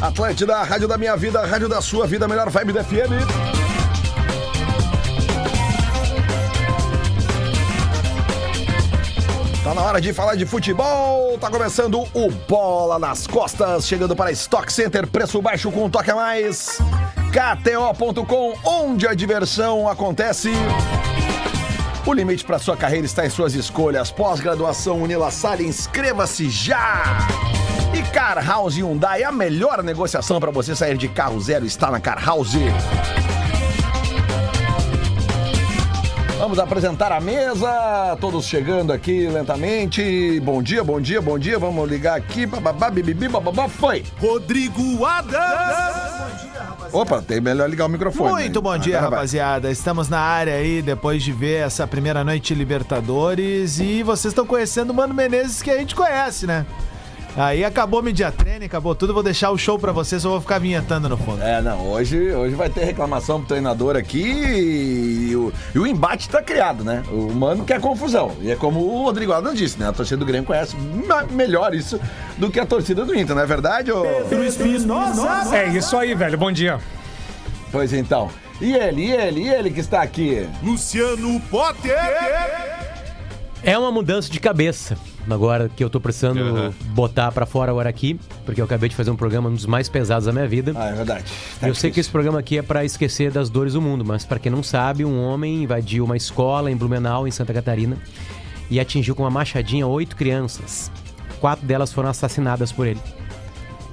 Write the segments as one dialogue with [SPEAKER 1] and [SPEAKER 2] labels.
[SPEAKER 1] Atlântida, rádio da minha vida, rádio da sua vida, melhor vibe da FM. Tá na hora de falar de futebol. Tá começando o Bola nas Costas, chegando para Stock Center, preço baixo com um toque a mais. KTO.com, onde a diversão acontece. O limite para sua carreira está em suas escolhas. Pós-graduação Unila Salle, inscreva-se já. E Car House Hyundai, a melhor negociação para você sair de carro zero está na Car House. Vamos apresentar a mesa, todos chegando aqui lentamente. Bom dia, bom dia, bom dia. Vamos ligar aqui. Bababá, bibibi, bababá, foi.
[SPEAKER 2] Rodrigo Adams.
[SPEAKER 1] Opa, tem melhor ligar o microfone.
[SPEAKER 2] Muito
[SPEAKER 1] né?
[SPEAKER 2] bom dia,
[SPEAKER 1] Agora vai.
[SPEAKER 2] rapaziada. Estamos na área aí depois de ver essa primeira noite Libertadores e vocês estão conhecendo o Mano Menezes que a gente conhece, né? Aí acabou mídia treine, acabou tudo. Vou deixar o show pra vocês, eu vou ficar vinhetando no fundo.
[SPEAKER 1] É, não, hoje, hoje vai ter reclamação pro treinador aqui e o, e o embate tá criado, né? O Mano quer confusão. E é como o Rodrigo Adam disse, né? A torcida do Grêmio conhece ma- melhor isso do que a torcida do Inter, não é verdade? ô?
[SPEAKER 3] É isso aí, velho. Bom dia.
[SPEAKER 1] Pois então. E ele, e ele, e ele que está aqui?
[SPEAKER 4] Luciano Potter.
[SPEAKER 5] É uma mudança de cabeça. Agora que eu tô precisando botar pra fora agora aqui, porque eu acabei de fazer um programa um dos mais pesados da minha vida.
[SPEAKER 1] Ah, é verdade.
[SPEAKER 5] eu sei que esse programa aqui é pra esquecer das dores do mundo, mas pra quem não sabe, um homem invadiu uma escola em Blumenau, em Santa Catarina, e atingiu com uma machadinha oito crianças. Quatro delas foram assassinadas por ele.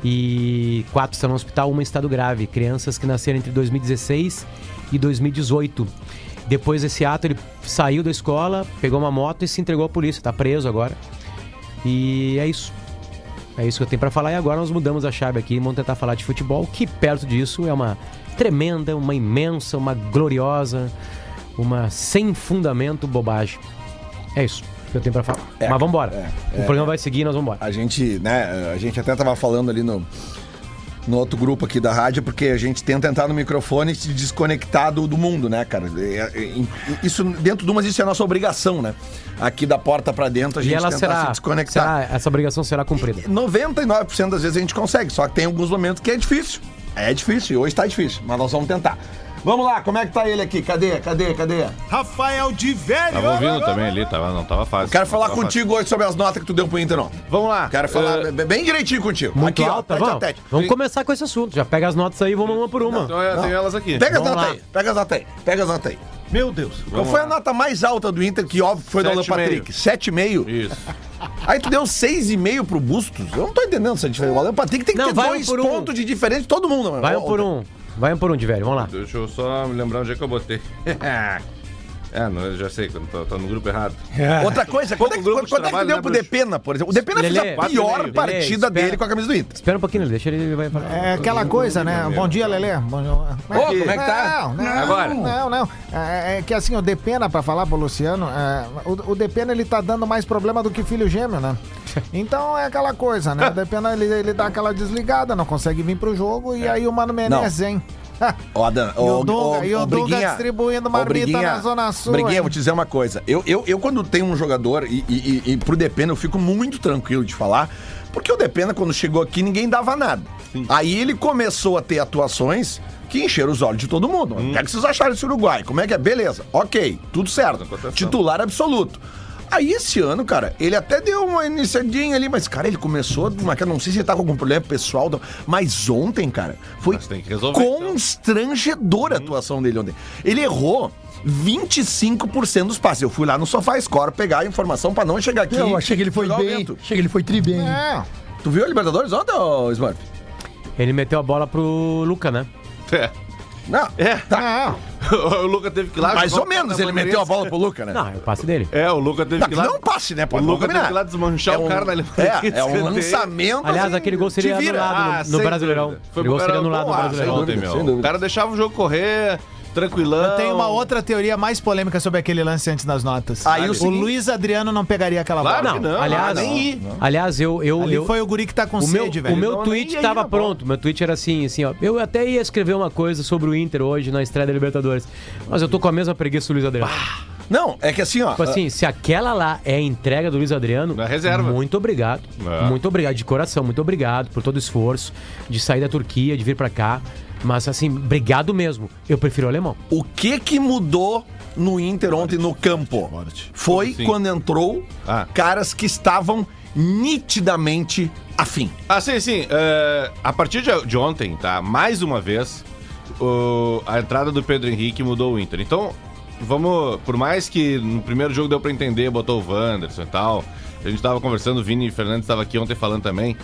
[SPEAKER 5] E quatro estão no hospital, uma em estado grave. Crianças que nasceram entre 2016 e 2018. Depois desse ato, ele saiu da escola, pegou uma moto e se entregou à polícia. Tá preso agora. E é isso. É isso que eu tenho pra falar. E agora nós mudamos a chave aqui e vamos tentar falar de futebol, que perto disso é uma tremenda, uma imensa, uma gloriosa, uma sem fundamento bobagem. É isso que eu tenho pra falar. Mas vamos embora. o programa vai seguir e nós vamos embora.
[SPEAKER 1] É, A gente, né, a gente até tava falando ali no, no outro grupo aqui da rádio, porque a gente tenta entrar no microfone e se desconectar do, do mundo, né, cara? É, é, em- isso, dentro de umas, isso é a nossa obrigação, né? Aqui da porta pra dentro, a
[SPEAKER 5] E
[SPEAKER 1] gente
[SPEAKER 5] ela
[SPEAKER 1] tenta
[SPEAKER 5] será,
[SPEAKER 1] se desconectar.
[SPEAKER 5] será- Essa obrigação será cumprida.
[SPEAKER 1] 99% das vezes a gente consegue, só que tem alguns momentos que é difícil. É difícil, e hoje tá difícil, mas nós vamos tentar. Vamos lá, como é que tá ele aqui? Cadê, cadê, cadê?
[SPEAKER 2] Rafael de Velho.
[SPEAKER 4] Tava ouvindo também ali, tava, não tava fácil.
[SPEAKER 1] Quero falar
[SPEAKER 4] Não tava
[SPEAKER 1] contigo hoje sobre as notas que tu deu pro Inter, não.
[SPEAKER 2] Vamos lá.
[SPEAKER 1] Quero falar be- bem direitinho contigo.
[SPEAKER 5] Muito
[SPEAKER 1] Aqui, ó,
[SPEAKER 5] alta,
[SPEAKER 1] tete a
[SPEAKER 5] vamos.
[SPEAKER 1] tete. é
[SPEAKER 5] Vamos começar com esse assunto. Já pega as notas aí, vamos uma por uma.
[SPEAKER 4] fácil. Então eu tenho elas aqui.
[SPEAKER 1] Pega as
[SPEAKER 5] Vamos
[SPEAKER 1] notas
[SPEAKER 5] lá.
[SPEAKER 1] aí, pega as notas aí, pega as notas aí.
[SPEAKER 2] Meu Deus.
[SPEAKER 1] Qual foi a nota mais alta do Inter, que óbvio foi da Alan
[SPEAKER 4] Sete e
[SPEAKER 1] Patrick? 7,5.
[SPEAKER 4] Isso.
[SPEAKER 1] Aí tu deu 6,5 pro Bustos. Eu não tô entendendo essa diferença. O Alan Patrick tem que
[SPEAKER 5] Não,
[SPEAKER 1] ter
[SPEAKER 5] vai um
[SPEAKER 1] dois
[SPEAKER 5] por um.
[SPEAKER 1] pontos de diferença de todo mundo. né? mano.
[SPEAKER 5] Vai um por um. Vai um por um de velho, vamos lá.
[SPEAKER 4] Deixa eu só me lembrar onde é que eu botei. É, não, eu já sei, quando tô, tô no grupo errado.
[SPEAKER 1] Outra coisa, quanto é que,
[SPEAKER 4] grupo de
[SPEAKER 1] quanto é que
[SPEAKER 4] trabalho,
[SPEAKER 1] deu
[SPEAKER 4] né,
[SPEAKER 1] pro
[SPEAKER 4] Bruxo?
[SPEAKER 1] Depena, por exemplo? O Depena fez
[SPEAKER 5] Lelê,
[SPEAKER 1] a
[SPEAKER 5] quatro
[SPEAKER 1] pior
[SPEAKER 5] e meio.
[SPEAKER 1] partida
[SPEAKER 5] Lelê,
[SPEAKER 1] dele com a camisa do Inter.
[SPEAKER 5] Espera um pouquinho, deixa ele vai falar.
[SPEAKER 2] É aquela coisa, né? Bom dia, Lelê. Bom dia.
[SPEAKER 1] Ô, como é que tá?
[SPEAKER 2] Não, não,
[SPEAKER 4] Agora.
[SPEAKER 2] Não, não. É, é que assim, o Depena, pra falar pro Luciano, é, o, o Depena ele tá dando mais problema do que filho gêmeo, né? Então é aquela coisa, né? O Depena ele, ele dá aquela desligada, não consegue vir pro jogo e aí o Mano Menezes, hein?
[SPEAKER 1] Ó, Adam,
[SPEAKER 2] E o
[SPEAKER 1] ô,
[SPEAKER 2] Dunga-
[SPEAKER 1] ô,
[SPEAKER 2] e o
[SPEAKER 1] ô,
[SPEAKER 2] Dunga
[SPEAKER 1] Briguinha,
[SPEAKER 2] distribuindo
[SPEAKER 1] ô,
[SPEAKER 2] marmita
[SPEAKER 1] Briguinha,
[SPEAKER 2] na Zona Sul,
[SPEAKER 1] Briguinha,
[SPEAKER 2] hein?
[SPEAKER 1] vou te dizer uma coisa. Eu, eu, eu quando tenho um jogador, e, e, e, e pro Depena eu fico muito tranquilo de falar, porque o Depena, quando chegou aqui, ninguém dava nada. Aí ele começou a ter atuações que encheram os olhos de todo mundo. O que é que vocês acharam desse Uruguai? Como é que é? Beleza, ok, tudo certo.
[SPEAKER 4] Cotação.
[SPEAKER 1] Titular absoluto. Aí esse ano, cara, ele até deu uma iniciadinha ali, mas, cara, ele começou. Uma, não sei se ele tá com algum problema pessoal, mas ontem, cara, foi
[SPEAKER 4] Mas tem que resolver, então. Uhum.
[SPEAKER 1] constrangedora a atuação dele ontem. Ele errou 25% dos passes. Eu fui lá no SofaScore pegar a informação pra não chegar aqui.
[SPEAKER 6] Eu achei que ele foi
[SPEAKER 1] jogar o
[SPEAKER 6] bem.
[SPEAKER 1] vento.
[SPEAKER 6] Achei que ele foi tri bem.
[SPEAKER 2] É.
[SPEAKER 1] Tu viu a Libertadores ontem, ô Smurf?
[SPEAKER 5] Ele meteu a bola pro Luca, né?
[SPEAKER 4] É. Tá,
[SPEAKER 1] Não. Tá.
[SPEAKER 2] Não.
[SPEAKER 4] o Luca teve que ir lá.
[SPEAKER 1] Mais
[SPEAKER 4] jogar
[SPEAKER 1] ou
[SPEAKER 4] o
[SPEAKER 1] menos
[SPEAKER 4] cara
[SPEAKER 1] ele
[SPEAKER 4] na
[SPEAKER 1] meteu a
[SPEAKER 4] bandeira.
[SPEAKER 1] bola pro Luca, né?
[SPEAKER 5] Não, é o passe dele.
[SPEAKER 4] É, o Luca teve
[SPEAKER 1] Não,
[SPEAKER 4] que ir lá.
[SPEAKER 1] não é um passe, né? pô?
[SPEAKER 4] O
[SPEAKER 1] Vamos
[SPEAKER 4] Luca teve
[SPEAKER 1] combinar.
[SPEAKER 4] que ir lá desmanchar o cara na
[SPEAKER 1] É, é um lançamento.
[SPEAKER 5] Aliás,
[SPEAKER 1] assim,
[SPEAKER 5] aquele gol seria
[SPEAKER 1] te vira.
[SPEAKER 5] anulado
[SPEAKER 4] Ah,
[SPEAKER 5] no,
[SPEAKER 4] sem
[SPEAKER 5] no Brasileirão.
[SPEAKER 4] dúvida. Foi
[SPEAKER 5] Aquele gol
[SPEAKER 4] pro
[SPEAKER 5] seria
[SPEAKER 4] cara
[SPEAKER 5] anulado no
[SPEAKER 4] bom, ah,
[SPEAKER 5] Brasileirão.
[SPEAKER 4] sem dúvida,
[SPEAKER 1] meu.
[SPEAKER 4] sem dúvida. O cara deixava o jogo correr, tranquilão.
[SPEAKER 2] Eu tenho uma outra teoria mais polêmica sobre aquele lance antes das notas.
[SPEAKER 1] Aí o
[SPEAKER 2] o
[SPEAKER 1] seguinte-
[SPEAKER 2] Luiz Adriano não pegaria aquela
[SPEAKER 4] Claro
[SPEAKER 2] bola. Ah,
[SPEAKER 4] que
[SPEAKER 5] Não,
[SPEAKER 4] não, ah,
[SPEAKER 5] aliás,
[SPEAKER 4] não,
[SPEAKER 5] aliás, eu, eu,
[SPEAKER 2] Ali
[SPEAKER 5] eu-
[SPEAKER 2] foi o guri que tá com
[SPEAKER 5] o meu,
[SPEAKER 2] sede, velho.
[SPEAKER 5] o meu
[SPEAKER 4] um Não,
[SPEAKER 5] tweet
[SPEAKER 4] nem aí
[SPEAKER 5] tava
[SPEAKER 4] na bola.
[SPEAKER 5] pronto. Meu tweet era assim, assim, ó. Eu até ia escrever uma coisa sobre o Inter hoje na estreia da Libertadores, mas eu tô com a mesma preguiça do Luiz Adriano.
[SPEAKER 1] Não, é que assim, ó.
[SPEAKER 5] Tipo assim, se aquela lá é a entrega do Luiz Adriano,
[SPEAKER 4] Da reserva.
[SPEAKER 5] muito obrigado.
[SPEAKER 4] É.
[SPEAKER 5] Muito obrigado, de coração, muito obrigado por todo o esforço de sair da Turquia, de vir pra cá. Mas assim, obrigado mesmo. Eu prefiro o alemão.
[SPEAKER 1] O que que mudou no Inter ontem no campo? Foi
[SPEAKER 4] Sim.
[SPEAKER 1] quando entrou
[SPEAKER 4] Ah.
[SPEAKER 1] caras que estavam nitidamente afim.
[SPEAKER 4] Ah, sim, sim. eh, a partir de, de ontem, tá? Mais uma vez, o- a entrada do Pedro Henrique mudou o Inter. Então, vamos. Por mais que no primeiro jogo deu pra entender, botou o Wanderson e tal. A gente tava conversando, o Vini Fernandes estava aqui ontem falando também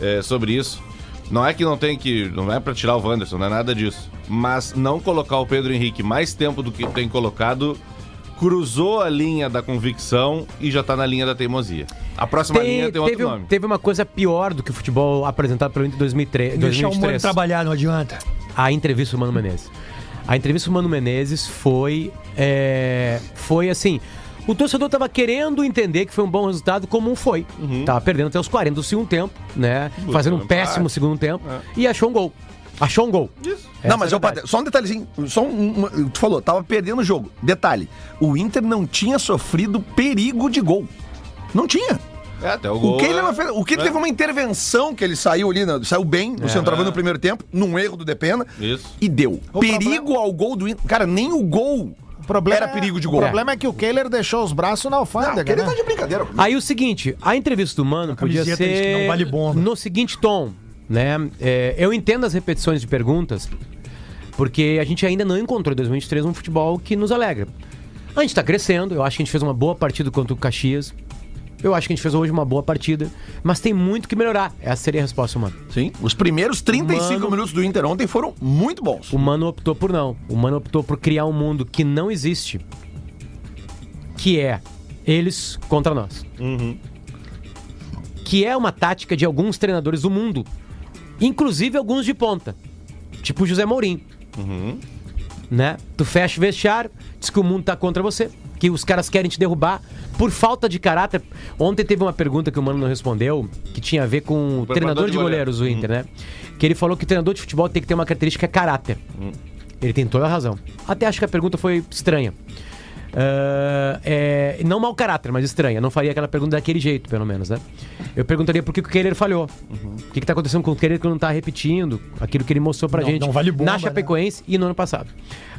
[SPEAKER 4] eh, sobre isso. Não é que não tem que. Não é pra tirar o Wanderson, não é nada disso. Mas não colocar o Pedro Henrique mais tempo do que tem colocado. Cruzou a linha da convicção e já tá na linha da teimosia. A próxima linha tem outro
[SPEAKER 5] teve, um-
[SPEAKER 4] nome.
[SPEAKER 5] teve uma coisa pior do que o futebol apresentado pelo Inter em 2003.
[SPEAKER 2] Então,
[SPEAKER 6] Deixar o Mano
[SPEAKER 5] 2023.
[SPEAKER 6] trabalhar, não adianta.
[SPEAKER 5] a entrevista do Mano Menezes. A entrevista do Mano Menezes foi. é, foi assim. O torcedor tava querendo entender que foi um bom resultado, como um foi.
[SPEAKER 4] Uhum.
[SPEAKER 5] Tava perdendo até os 40 do segundo tempo, né? Fazendo um
[SPEAKER 4] empate.
[SPEAKER 5] péssimo segundo tempo.
[SPEAKER 4] É.
[SPEAKER 5] E achou um gol. Achou um gol. Essa
[SPEAKER 1] não, mas
[SPEAKER 5] é
[SPEAKER 1] eu,
[SPEAKER 5] verdade.
[SPEAKER 1] só um detalhezinho, só um, um- tu falou, tava perdendo o jogo. Detalhe, o Inter não tinha sofrido perigo de gol. Não tinha.
[SPEAKER 4] É, até o gol.
[SPEAKER 1] O que ele,
[SPEAKER 4] é-
[SPEAKER 1] não fez- o que ele
[SPEAKER 4] é.
[SPEAKER 1] teve uma intervenção que ele saiu ali, né, saiu bem do centroavante no primeiro tempo, num erro do Depena,
[SPEAKER 4] Isso.
[SPEAKER 1] e deu. perigo ao gol do Inter. Cara, nem o gol
[SPEAKER 2] O problema
[SPEAKER 1] era perigo de
[SPEAKER 2] O
[SPEAKER 1] gol.
[SPEAKER 2] problema é que o Kehler deixou os braços na
[SPEAKER 1] Não, porque
[SPEAKER 2] alfândega,
[SPEAKER 1] ele
[SPEAKER 2] né?
[SPEAKER 1] tá de brincadeira.
[SPEAKER 5] Aí o seguinte, a entrevista do Mano podia
[SPEAKER 6] camiseta diz que
[SPEAKER 5] ser
[SPEAKER 6] não vale bomba.
[SPEAKER 5] no seguinte tom, né? É, eu entendo as repetições de perguntas, porque a gente ainda não encontrou em 2023 um futebol que nos alegra. A gente tá crescendo, eu acho que a gente fez uma boa partida contra o Caxias. Eu acho que a gente fez hoje uma boa partida, mas tem muito que melhorar. Essa seria a resposta, Mano.
[SPEAKER 1] Sim. Os primeiros 35
[SPEAKER 5] Mano-
[SPEAKER 1] minutos do Inter ontem foram muito bons.
[SPEAKER 5] O Mano optou por não. O Mano optou por criar um mundo que não existe, que é eles contra nós. Que é uma tática de alguns treinadores do mundo, inclusive alguns de ponta, tipo o José Mourinho. Né? Tu fecha o vestiário, diz que o mundo tá contra você, que os caras querem te derrubar por falta de caráter. Ontem teve uma pergunta que o Mano não respondeu, que tinha a ver com o treinador de
[SPEAKER 4] de goleiro.
[SPEAKER 5] goleiros, o Inter, né? Que ele falou que o treinador de futebol tem que ter uma característica caráter. Ele tem toda a razão. Até acho que a pergunta foi estranha. Ah, é, não mau caráter, mas estranha. Não faria aquela pergunta daquele jeito, pelo menos, né? Eu perguntaria por que que o Keller falhou.
[SPEAKER 6] Uhum.
[SPEAKER 5] O que, que tá acontecendo com o Keller que não tá repetindo aquilo que ele mostrou pra
[SPEAKER 6] Não-
[SPEAKER 5] gente
[SPEAKER 6] não vale bomba,
[SPEAKER 5] na
[SPEAKER 6] né?
[SPEAKER 5] Chapecoense e no ano passado.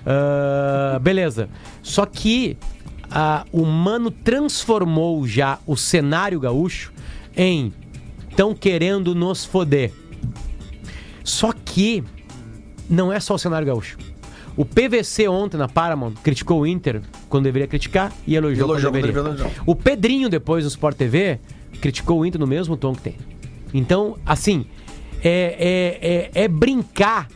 [SPEAKER 5] Ah, beleza. Só que ah, o Mano transformou já o cenário gaúcho em tão querendo nos foder. Só que não é só o cenário gaúcho. O PVC ontem na Paramount criticou o Inter quando deveria criticar e elogiou,
[SPEAKER 1] Elogiou
[SPEAKER 5] quando
[SPEAKER 1] quando
[SPEAKER 5] deveria.
[SPEAKER 1] deveria elogiar.
[SPEAKER 5] O Pedrinho depois no Sport TV criticou o Inter no mesmo tom que tem. Então, assim, é, é- é- é brincar.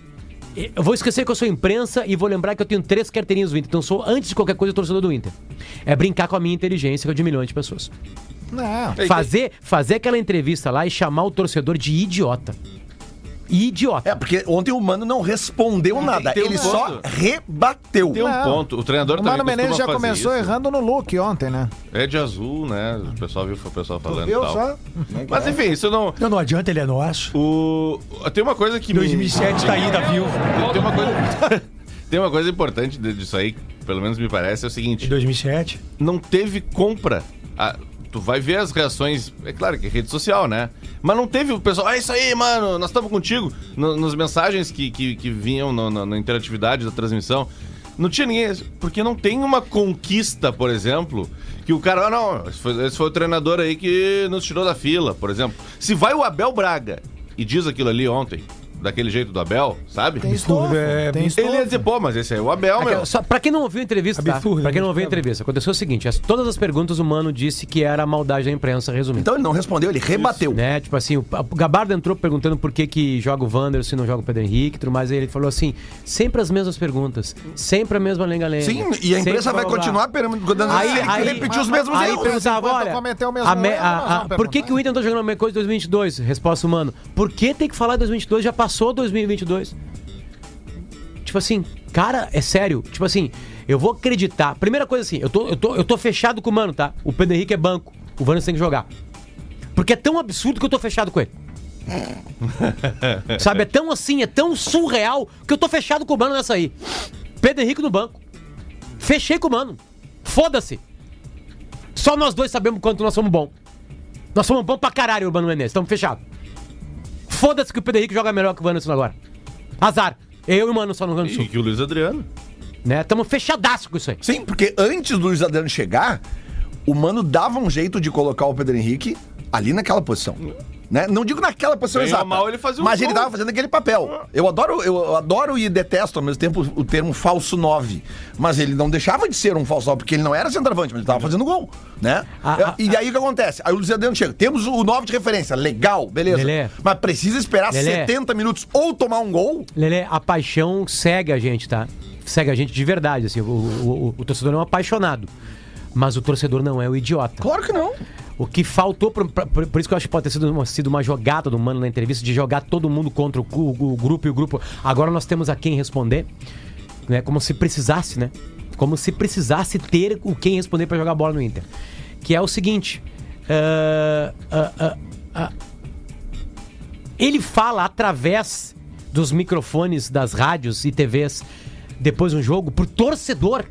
[SPEAKER 5] É, Eu vou esquecer que eu sou imprensa e vou lembrar que eu tenho três carteirinhas do Inter. Então, eu sou, antes de qualquer coisa, torcedor do Inter. É brincar com a minha inteligência, que é de milhões de pessoas.
[SPEAKER 2] Não.
[SPEAKER 5] Fazer, fazer aquela entrevista lá e chamar o torcedor de idiota. Idiota.
[SPEAKER 1] É, porque ontem o Mano não respondeu nada.
[SPEAKER 4] tem um
[SPEAKER 1] Ele
[SPEAKER 4] ponto.
[SPEAKER 1] só rebateu.
[SPEAKER 4] Tem um
[SPEAKER 2] Não.
[SPEAKER 4] ponto. O treinador
[SPEAKER 2] O
[SPEAKER 4] também
[SPEAKER 2] Mano Menezes já
[SPEAKER 4] costuma fazer
[SPEAKER 2] começou
[SPEAKER 4] isso.
[SPEAKER 2] errando no look ontem, né?
[SPEAKER 4] É de azul, né? O pessoal viu o pessoal falando e
[SPEAKER 2] Viu
[SPEAKER 4] tal.
[SPEAKER 2] só?
[SPEAKER 4] Mas enfim, isso não.
[SPEAKER 6] Não, não adianta, ele é nosso.
[SPEAKER 4] O... Tem uma coisa que. me-
[SPEAKER 6] 2007 tá aí, da viúva.
[SPEAKER 4] Tem- Tem uma coisa. Tem uma coisa importante de- disso aí, pelo menos me parece, é o
[SPEAKER 6] De
[SPEAKER 4] seguinte:
[SPEAKER 6] 2007.
[SPEAKER 4] não teve compra. Ah, tu vai ver as reações, é claro que é rede social, né? Mas não teve o pessoal, é isso aí, mano, nós estamos contigo. No- nas mensagens que, que, que vinham no- no- na interatividade da transmissão, não tinha ninguém. Porque não tem uma conquista, por exemplo, que o cara, ah, não, esse foi, esse foi o treinador aí que nos tirou da fila, por exemplo. Se vai o Abel Braga e diz aquilo ali ontem, daquele jeito do Abel, sabe?
[SPEAKER 2] Tem estofo.
[SPEAKER 6] é,
[SPEAKER 2] Tem
[SPEAKER 4] Ele ia
[SPEAKER 2] estofo.
[SPEAKER 7] Ah,
[SPEAKER 4] dizer, pô, mas esse aí é o Abel, meu.
[SPEAKER 5] Aquela- Só, pra quem não ouviu a entrevista, tá?
[SPEAKER 6] Absurdo,
[SPEAKER 5] pra quem não
[SPEAKER 6] né?
[SPEAKER 5] ouviu a entrevista, aconteceu o seguinte: as- todas as perguntas o Mano disse que era a maldade da imprensa, resumindo.
[SPEAKER 1] Então ele não respondeu, ele rebateu.
[SPEAKER 5] Né? Tipo assim, o, o Gabardo entrou perguntando por que, que joga o Wander se não joga o Pedro Henrique, e tudo mais. Aí ele falou assim: sempre as mesmas perguntas, sempre a mesma lenga-lenga.
[SPEAKER 1] Sim, e a
[SPEAKER 5] sempre
[SPEAKER 1] imprensa vai
[SPEAKER 5] blá, blá, blá.
[SPEAKER 1] continuar perguntando
[SPEAKER 5] Aí,
[SPEAKER 1] se ele
[SPEAKER 5] aí-
[SPEAKER 1] repetiu os mesmos
[SPEAKER 5] aí
[SPEAKER 1] erros.
[SPEAKER 5] perguntava,
[SPEAKER 2] Quando
[SPEAKER 5] olha,
[SPEAKER 2] cometeu o mesmo
[SPEAKER 5] a me-
[SPEAKER 2] erro,
[SPEAKER 5] a-
[SPEAKER 2] nós vamos
[SPEAKER 5] a- por que,
[SPEAKER 2] perguntar.
[SPEAKER 5] que o Inter não tá jogando a mesma coisa em 2022? Resposta, mano. Por que tem que falar em 2022? Já passou 2022. Tipo assim, cara, é sério. Tipo assim, eu vou acreditar. Primeira coisa assim, eu tô, eu tô, eu tô fechado com o mano, tá? O Pedro Henrique é banco. O Vanderson tem que jogar. Porque é tão absurdo que eu tô fechado com ele. Sabe, é tão assim, é tão surreal que eu tô fechado com o mano nessa aí. Pedro Henrique no banco. Fechei com o mano. Foda-se! Só nós dois sabemos quanto nós somos bom. Nós somos bom pra caralho, Urbano Menezes. Estamos fechados. Foda-se que o Pedro Henrique joga melhor que o Wanderson agora. Azar. Eu e o Mano só no Rio Grande do
[SPEAKER 4] E
[SPEAKER 5] Sul.
[SPEAKER 4] que o Luiz Adriano.
[SPEAKER 5] Né? Estamos fechadaço com isso aí.
[SPEAKER 1] Sim, porque antes do Luiz Adriano chegar, o Mano dava um jeito de colocar o Pedro Henrique ali naquela posição. Né? Não digo naquela posição
[SPEAKER 4] Bem ou
[SPEAKER 1] exata.
[SPEAKER 4] mal, ele fazia um
[SPEAKER 1] mas ele
[SPEAKER 4] gol.
[SPEAKER 1] tava fazendo aquele papel. Eu adoro, eu adoro e detesto ao mesmo tempo o termo falso 9. Mas ele não deixava de ser um falso 9, porque ele não era centroavante, mas ele
[SPEAKER 4] Uhum.
[SPEAKER 1] tava fazendo gol. Né?
[SPEAKER 5] Ah, ah,
[SPEAKER 1] e aí o que acontece? Aí o Luiz Adriano chega. Temos o 9 de referência. Legal, beleza.
[SPEAKER 5] Lelê.
[SPEAKER 1] Mas precisa esperar
[SPEAKER 5] Lelê.
[SPEAKER 1] 70 minutos ou tomar um gol.
[SPEAKER 5] Lele, a paixão segue a gente, tá? Segue a gente de verdade, assim. O, o- o- o torcedor é um apaixonado. Mas o torcedor não é o idiota.
[SPEAKER 1] Claro que não.
[SPEAKER 5] O que faltou, por, por- por isso que eu acho que pode ter sido uma, sido uma jogada do Mano na entrevista, de jogar todo mundo contra o, cu- o grupo e o grupo. Agora nós temos a quem responder, né? Como se precisasse, né? Como se precisasse ter o quem responder pra jogar bola no Inter. Que é o seguinte. ah, ah, ah, ah, ele fala através dos microfones das rádios e TVs depois de um jogo pro torcedor.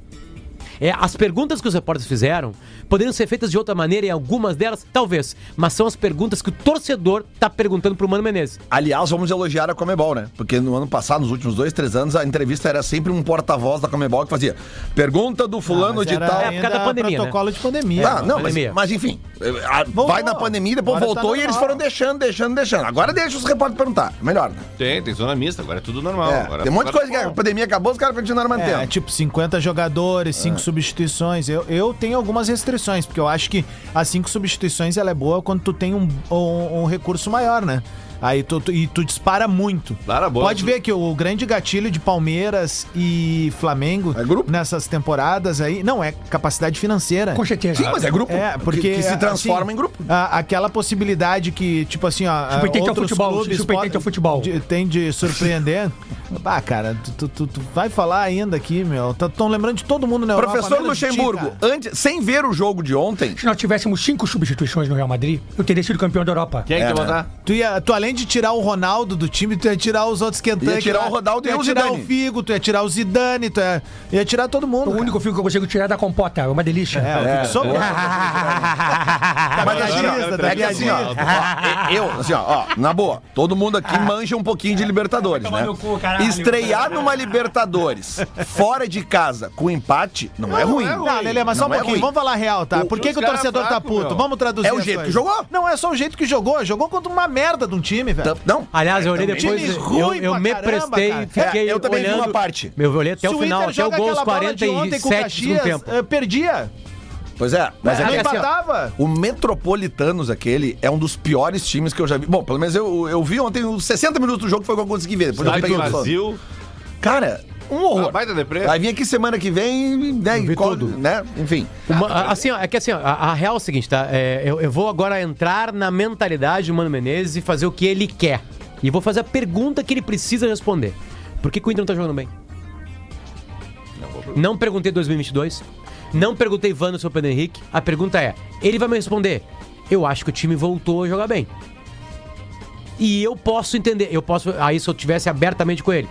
[SPEAKER 5] É, as perguntas que os repórteres fizeram poderiam ser feitas de outra maneira e algumas delas, talvez, mas são as perguntas que o torcedor tá perguntando pro Mano Menezes.
[SPEAKER 1] Aliás, vamos elogiar a Comebol, né? Porque no ano passado, nos últimos dois, três anos, a entrevista era sempre um porta-voz da Comebol que fazia pergunta do fulano
[SPEAKER 7] Ah, Mas
[SPEAKER 1] de
[SPEAKER 7] era
[SPEAKER 1] tal.
[SPEAKER 5] É, por causa da
[SPEAKER 7] ainda
[SPEAKER 5] pandemia,
[SPEAKER 7] Protocolo de pandemia.
[SPEAKER 1] Ah, não, mas,
[SPEAKER 5] pandemia.
[SPEAKER 1] mas enfim, eh, a- vai na pandemia, depois
[SPEAKER 7] Agora tá
[SPEAKER 1] voltou e eles
[SPEAKER 7] normal.
[SPEAKER 1] foram deixando, deixando, deixando. Agora deixa os repórteres perguntar. Melhor, né?
[SPEAKER 4] Tem, tem zona mista, agora é tudo normal.
[SPEAKER 1] É,
[SPEAKER 4] agora
[SPEAKER 1] tem um monte de
[SPEAKER 4] agora tá
[SPEAKER 1] coisa que a
[SPEAKER 4] bom.
[SPEAKER 1] pandemia acabou, os caras continuaram mantendo.
[SPEAKER 7] É, tipo 50 jogadores,
[SPEAKER 4] Ah.
[SPEAKER 7] 5 substituições. Eu, eu tenho algumas restrições, porque eu acho que as 5 substituições ela é boa quando tu tem um, um- um recurso maior, né? Aí tu, tu- e tu dispara muito.
[SPEAKER 4] Dispara boa.
[SPEAKER 7] Pode ver que o grande gatilho de Palmeiras e Flamengo
[SPEAKER 1] É grupo.
[SPEAKER 7] nessas temporadas aí, não, é capacidade financeira.
[SPEAKER 6] Com certeza.
[SPEAKER 1] Sim, mas é grupo.
[SPEAKER 7] É, porque
[SPEAKER 1] que, que se
[SPEAKER 7] assim,
[SPEAKER 1] transforma em grupo.
[SPEAKER 7] a- aquela possibilidade que, tipo assim, ó.
[SPEAKER 6] Chupetente ao
[SPEAKER 7] outros
[SPEAKER 6] futebol,
[SPEAKER 7] clubes
[SPEAKER 6] chupetente
[SPEAKER 7] po-
[SPEAKER 6] ao futebol.
[SPEAKER 7] de- tem de surpreender. ah, cara, tu, tu- tu- tu vai falar ainda aqui, meu. Estão lembrando de todo mundo na Europa. né,
[SPEAKER 1] Professor
[SPEAKER 7] menos de ti,
[SPEAKER 1] Luxemburgo,
[SPEAKER 7] cara.
[SPEAKER 1] antes, sem ver o jogo de ontem,
[SPEAKER 6] Se nós tivéssemos cinco substituições no Real Madrid, eu teria sido campeão da Europa.
[SPEAKER 4] Quem é que
[SPEAKER 1] É,
[SPEAKER 4] ia
[SPEAKER 1] né?
[SPEAKER 4] botar?
[SPEAKER 7] Tu, ia, tu, além de tirar o Ronaldo do time, tu ia tirar os outros Kentucky.
[SPEAKER 1] Ia tirar
[SPEAKER 7] lá.
[SPEAKER 1] o Ronaldo
[SPEAKER 7] tu
[SPEAKER 1] e
[SPEAKER 7] ia
[SPEAKER 1] o
[SPEAKER 7] tirar
[SPEAKER 1] Zidane.
[SPEAKER 7] o Figo, tu ia tirar o Zidane, tu ia, ia tirar todo mundo.
[SPEAKER 6] O
[SPEAKER 7] cara.
[SPEAKER 6] único fio que eu consigo tirar é da compota, é uma delícia.
[SPEAKER 7] tá? É, o que sobrou.
[SPEAKER 1] Mas
[SPEAKER 7] Tá
[SPEAKER 1] assim,
[SPEAKER 7] piadista,
[SPEAKER 1] ó,
[SPEAKER 7] tá
[SPEAKER 1] é que assim, ó, ó, eu, assim, ó, ó, na boa, todo mundo aqui manja um pouquinho de Libertadores,
[SPEAKER 6] tomar
[SPEAKER 1] né?
[SPEAKER 6] no cu, caralho.
[SPEAKER 1] Estrear numa Libertadores, fora de casa, com empate, não, é ruim.
[SPEAKER 7] Não, Lelê, mas só um
[SPEAKER 1] Não é
[SPEAKER 7] pouquinho.
[SPEAKER 1] ruim.
[SPEAKER 7] Vamos falar real, tá?
[SPEAKER 1] O-
[SPEAKER 7] Por que,
[SPEAKER 4] os
[SPEAKER 7] que o
[SPEAKER 4] cara
[SPEAKER 7] torcedor tá
[SPEAKER 4] fraco,
[SPEAKER 7] puto?
[SPEAKER 4] meu.
[SPEAKER 7] Vamos traduzir.
[SPEAKER 1] É o
[SPEAKER 7] as
[SPEAKER 1] jeito que
[SPEAKER 7] coisas.
[SPEAKER 1] jogou.
[SPEAKER 7] Não, é só o jeito que jogou. Jogou contra uma merda de um time, velho.
[SPEAKER 1] Tam- Não.
[SPEAKER 5] Aliás, eu olhei
[SPEAKER 7] também.
[SPEAKER 5] depois,
[SPEAKER 7] Time
[SPEAKER 5] eu,
[SPEAKER 7] ruim
[SPEAKER 5] eu
[SPEAKER 7] pra
[SPEAKER 5] me
[SPEAKER 7] caramba,
[SPEAKER 5] prestei,
[SPEAKER 7] cara.
[SPEAKER 5] fiquei
[SPEAKER 1] É, eu também vi
[SPEAKER 5] olhando,
[SPEAKER 1] uma parte.
[SPEAKER 5] Meu, eu olhei até
[SPEAKER 7] Se
[SPEAKER 5] o final, até o
[SPEAKER 7] joga
[SPEAKER 5] gol aos
[SPEAKER 7] aquela bola de ontem com o
[SPEAKER 5] 47 do
[SPEAKER 7] Caxias,
[SPEAKER 5] tempo.
[SPEAKER 7] eh, perdia.
[SPEAKER 1] Pois é, mas é
[SPEAKER 7] Não
[SPEAKER 1] que assim, ó,
[SPEAKER 7] empatava.
[SPEAKER 1] o Metropolitanos, aquele, é um dos piores times que eu já vi. Bom, pelo menos eu, eu vi ontem os 60 minutos do jogo, foi o que eu consegui ver. Depois eu
[SPEAKER 4] Vai do
[SPEAKER 1] peguei o sono.
[SPEAKER 4] Brasil.
[SPEAKER 1] Cara, um horror.
[SPEAKER 4] Ah, baita deprê.
[SPEAKER 1] Vai vir aqui semana que vem, né?
[SPEAKER 5] Vi
[SPEAKER 1] qual-
[SPEAKER 5] tudo.
[SPEAKER 1] né? Enfim.
[SPEAKER 5] Uma- a- assim, ó, é que assim, ó, a, a real é o seguinte, tá? É, eu, eu vou agora entrar na mentalidade do Mano Menezes e fazer o que ele quer. E vou fazer a pergunta que ele precisa responder. Por que, que o Inter não tá jogando bem? Não perguntei 2022. Não perguntei Vando sobre o Pedro Henrique. A pergunta é: ele vai me responder? Eu acho que o time voltou a jogar bem. E eu posso entender. Eu posso. Aí se eu tivesse abertamente com ele.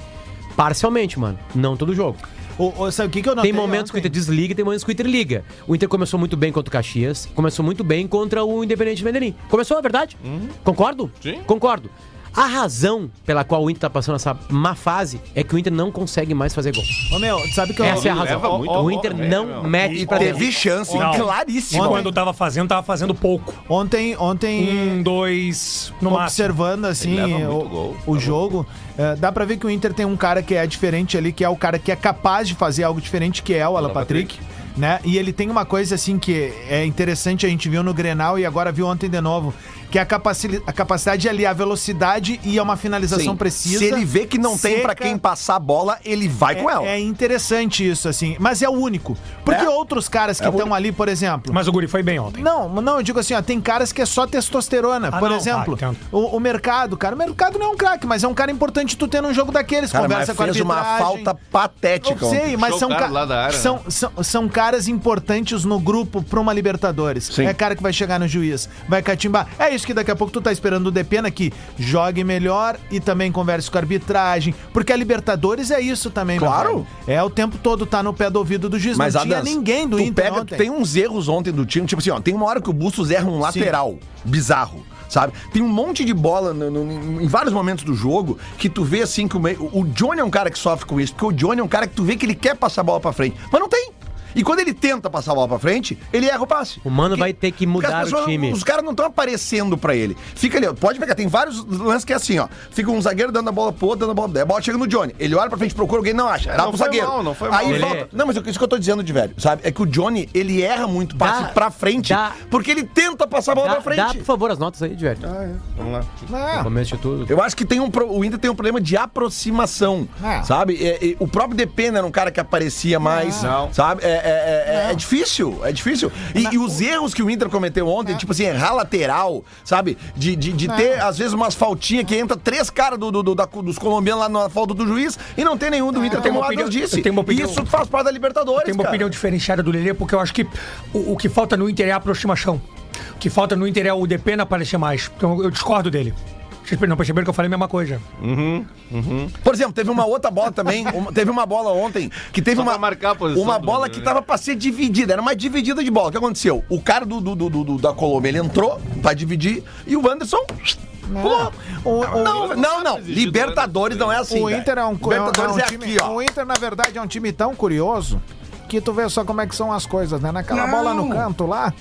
[SPEAKER 5] Parcialmente, mano. Não todo jogo.
[SPEAKER 7] O, o- sabe o que, que eu notei
[SPEAKER 5] Tem momentos que o
[SPEAKER 7] ontem?
[SPEAKER 5] Inter desliga e tem momentos que o Inter liga. O Inter começou muito bem contra o Caxias, começou muito bem contra o Independente Medellín. Começou, é verdade? Concordo?
[SPEAKER 4] Sim.
[SPEAKER 5] Concordo. A razão pela qual o Inter tá passando essa má fase é que o Inter não consegue mais fazer gol.
[SPEAKER 7] Ô, meu, sabe que eu...
[SPEAKER 5] Essa é a
[SPEAKER 4] leva
[SPEAKER 5] razão.
[SPEAKER 4] muito
[SPEAKER 5] o
[SPEAKER 4] gol,
[SPEAKER 5] Inter
[SPEAKER 4] né,
[SPEAKER 5] não
[SPEAKER 4] meu?
[SPEAKER 5] mete pra dentro.
[SPEAKER 1] Teve chance
[SPEAKER 6] Não. E
[SPEAKER 1] claríssima.
[SPEAKER 6] quando tava fazendo, tava fazendo pouco.
[SPEAKER 7] Ontem, ontem
[SPEAKER 6] Um, dois, no máximo.
[SPEAKER 7] observando assim
[SPEAKER 4] Ele leva
[SPEAKER 7] o,
[SPEAKER 4] muito gol,
[SPEAKER 7] o
[SPEAKER 4] tá
[SPEAKER 7] jogo, eh, dá pra ver que o Inter tem um cara que é diferente ali, que é o cara que é capaz de fazer algo diferente, que é o Alan Patrick. Né? E ele tem uma coisa assim que é interessante, a gente viu no Grenal e agora viu ontem de novo, que é a, capaci a capacidade de aliar velocidade e é uma finalização
[SPEAKER 1] Sim.
[SPEAKER 7] precisa.
[SPEAKER 1] Se ele vê que não tem pra
[SPEAKER 7] seca.
[SPEAKER 1] quem passar a bola, ele vai com ela.
[SPEAKER 7] É, é interessante isso, assim, mas é o único. Porque
[SPEAKER 1] É.
[SPEAKER 7] outros caras que
[SPEAKER 1] É o
[SPEAKER 7] estão ali, por exemplo,
[SPEAKER 6] Mas o Guri foi bem ontem.
[SPEAKER 7] não, não, eu digo assim, ó, tem caras que é só testosterona.
[SPEAKER 6] Ah,
[SPEAKER 7] Por
[SPEAKER 6] não,
[SPEAKER 7] exemplo,
[SPEAKER 6] tá, entendo.
[SPEAKER 7] o, o mercado, cara, o mercado não é um craque, mas é um cara importante tu ter num jogo daqueles,
[SPEAKER 1] Cara, mas
[SPEAKER 7] conversa com a
[SPEAKER 1] fez uma
[SPEAKER 7] arbitragem.
[SPEAKER 1] falta patética.
[SPEAKER 7] Eu sei,
[SPEAKER 1] ontem.
[SPEAKER 7] mas são,
[SPEAKER 4] Puxou o cara
[SPEAKER 7] ca-
[SPEAKER 4] lá da área,
[SPEAKER 7] são,
[SPEAKER 4] né?
[SPEAKER 7] são, são caras importantes no grupo pra uma Libertadores.
[SPEAKER 1] Sim.
[SPEAKER 7] É cara que vai chegar no juiz, vai catimbar. É isso isso que daqui a pouco tu tá esperando do Depena que jogue melhor e também converse com a arbitragem. Porque a Libertadores é isso também, meu
[SPEAKER 1] Claro.
[SPEAKER 7] velho. É o tempo todo tá no pé do ouvido do Giz.
[SPEAKER 1] Mas
[SPEAKER 7] não tinha
[SPEAKER 1] Adams,
[SPEAKER 7] ninguém do
[SPEAKER 1] tu
[SPEAKER 7] Inter
[SPEAKER 1] pega, tu
[SPEAKER 7] ontem.
[SPEAKER 1] tem um uns erros ontem do time, tipo assim, ó, tem uma hora que o Bustos erra um lateral bizarro. Sabe? Tem um monte de bola no- no- em vários momentos do jogo que tu vê assim que o, meio- o Johnny é um cara que sofre com isso, porque o Johnny é um cara que tu vê que ele quer passar a bola pra frente, mas não tem. E quando ele tenta passar a bola pra frente, ele erra o passe.
[SPEAKER 5] O Mano
[SPEAKER 1] Porque-
[SPEAKER 5] vai ter que
[SPEAKER 1] porque as
[SPEAKER 5] mudar o
[SPEAKER 1] pessoas-
[SPEAKER 5] time.
[SPEAKER 1] Os caras não estão aparecendo pra ele. Fica ali, ó, pode pegar, tem vários lances que é assim, ó. Fica um zagueiro dando a bola pro outro, dando a bola pro outro. Aí A bola chega no Johnny. Ele olha pra frente, procura alguém, não acha. Dá
[SPEAKER 4] Não
[SPEAKER 1] pro
[SPEAKER 4] foi
[SPEAKER 1] zagueiro.
[SPEAKER 4] mal, não foi
[SPEAKER 1] Aí
[SPEAKER 4] mal.
[SPEAKER 1] volta.
[SPEAKER 5] Ele-
[SPEAKER 1] Não, mas isso que eu tô dizendo de velho, sabe? É que o Johnny, ele erra muito passe
[SPEAKER 5] Dá-
[SPEAKER 1] pra frente,
[SPEAKER 5] dá-
[SPEAKER 1] porque ele tenta passar a bola
[SPEAKER 5] Dá,
[SPEAKER 1] pra frente.
[SPEAKER 5] dá, por favor, as notas aí, Diverto.
[SPEAKER 4] Vamos lá.
[SPEAKER 5] No começo de tudo.
[SPEAKER 1] Eu acho que tem um pro- o Inter tem um problema de aproximação,
[SPEAKER 2] Ah.
[SPEAKER 1] sabe? É, é, o próprio Depena era um cara que aparecia mais,
[SPEAKER 4] Não.
[SPEAKER 1] sabe? É, é- é- é difícil, é difícil. E, e os erros que o Inter cometeu ontem, tipo assim, errar lateral, sabe? De, de, de ter, às vezes, umas faltinhas que entra três caras do, do- do- da- dos colombianos lá na falta do juiz e não tem nenhum do Inter,
[SPEAKER 6] tenho
[SPEAKER 1] como o
[SPEAKER 6] uma
[SPEAKER 1] Adams
[SPEAKER 6] opinião-
[SPEAKER 1] disse.
[SPEAKER 6] eu tenho uma opinião-
[SPEAKER 1] Isso faz parte da Libertadores,
[SPEAKER 6] Eu tenho uma
[SPEAKER 1] cara.
[SPEAKER 6] opinião diferenciada do Lelê, porque eu acho que o, o que falta no Inter é a aproximação. O que falta no Inter é o DP não aparecer mais. Então eu discordo dele. Vocês não perceberam que eu falei a mesma coisa.
[SPEAKER 1] Por exemplo, teve uma outra bola também. uma- teve uma bola ontem que teve
[SPEAKER 4] Só
[SPEAKER 1] uma.
[SPEAKER 4] pra marcar a posição
[SPEAKER 1] uma
[SPEAKER 4] do
[SPEAKER 1] bola
[SPEAKER 4] goleiro,
[SPEAKER 1] que
[SPEAKER 4] né?
[SPEAKER 1] tava pra ser dividida. Era uma dividida de bola. O que aconteceu? O cara do, do- do- do- do- da Colômbia ele entrou pra dividir e o Anderson. Pulou. não, não, não,
[SPEAKER 4] exigido
[SPEAKER 1] Libertadores não é assim.
[SPEAKER 2] o
[SPEAKER 1] cara.
[SPEAKER 2] Inter é um, co- é um- é
[SPEAKER 1] Libertadores
[SPEAKER 2] um
[SPEAKER 1] é,
[SPEAKER 2] time.
[SPEAKER 1] aqui, ó.
[SPEAKER 2] O Inter, na verdade, é um time tão curioso que tu vê só como é que são as coisas, né? Naquela bola no canto lá.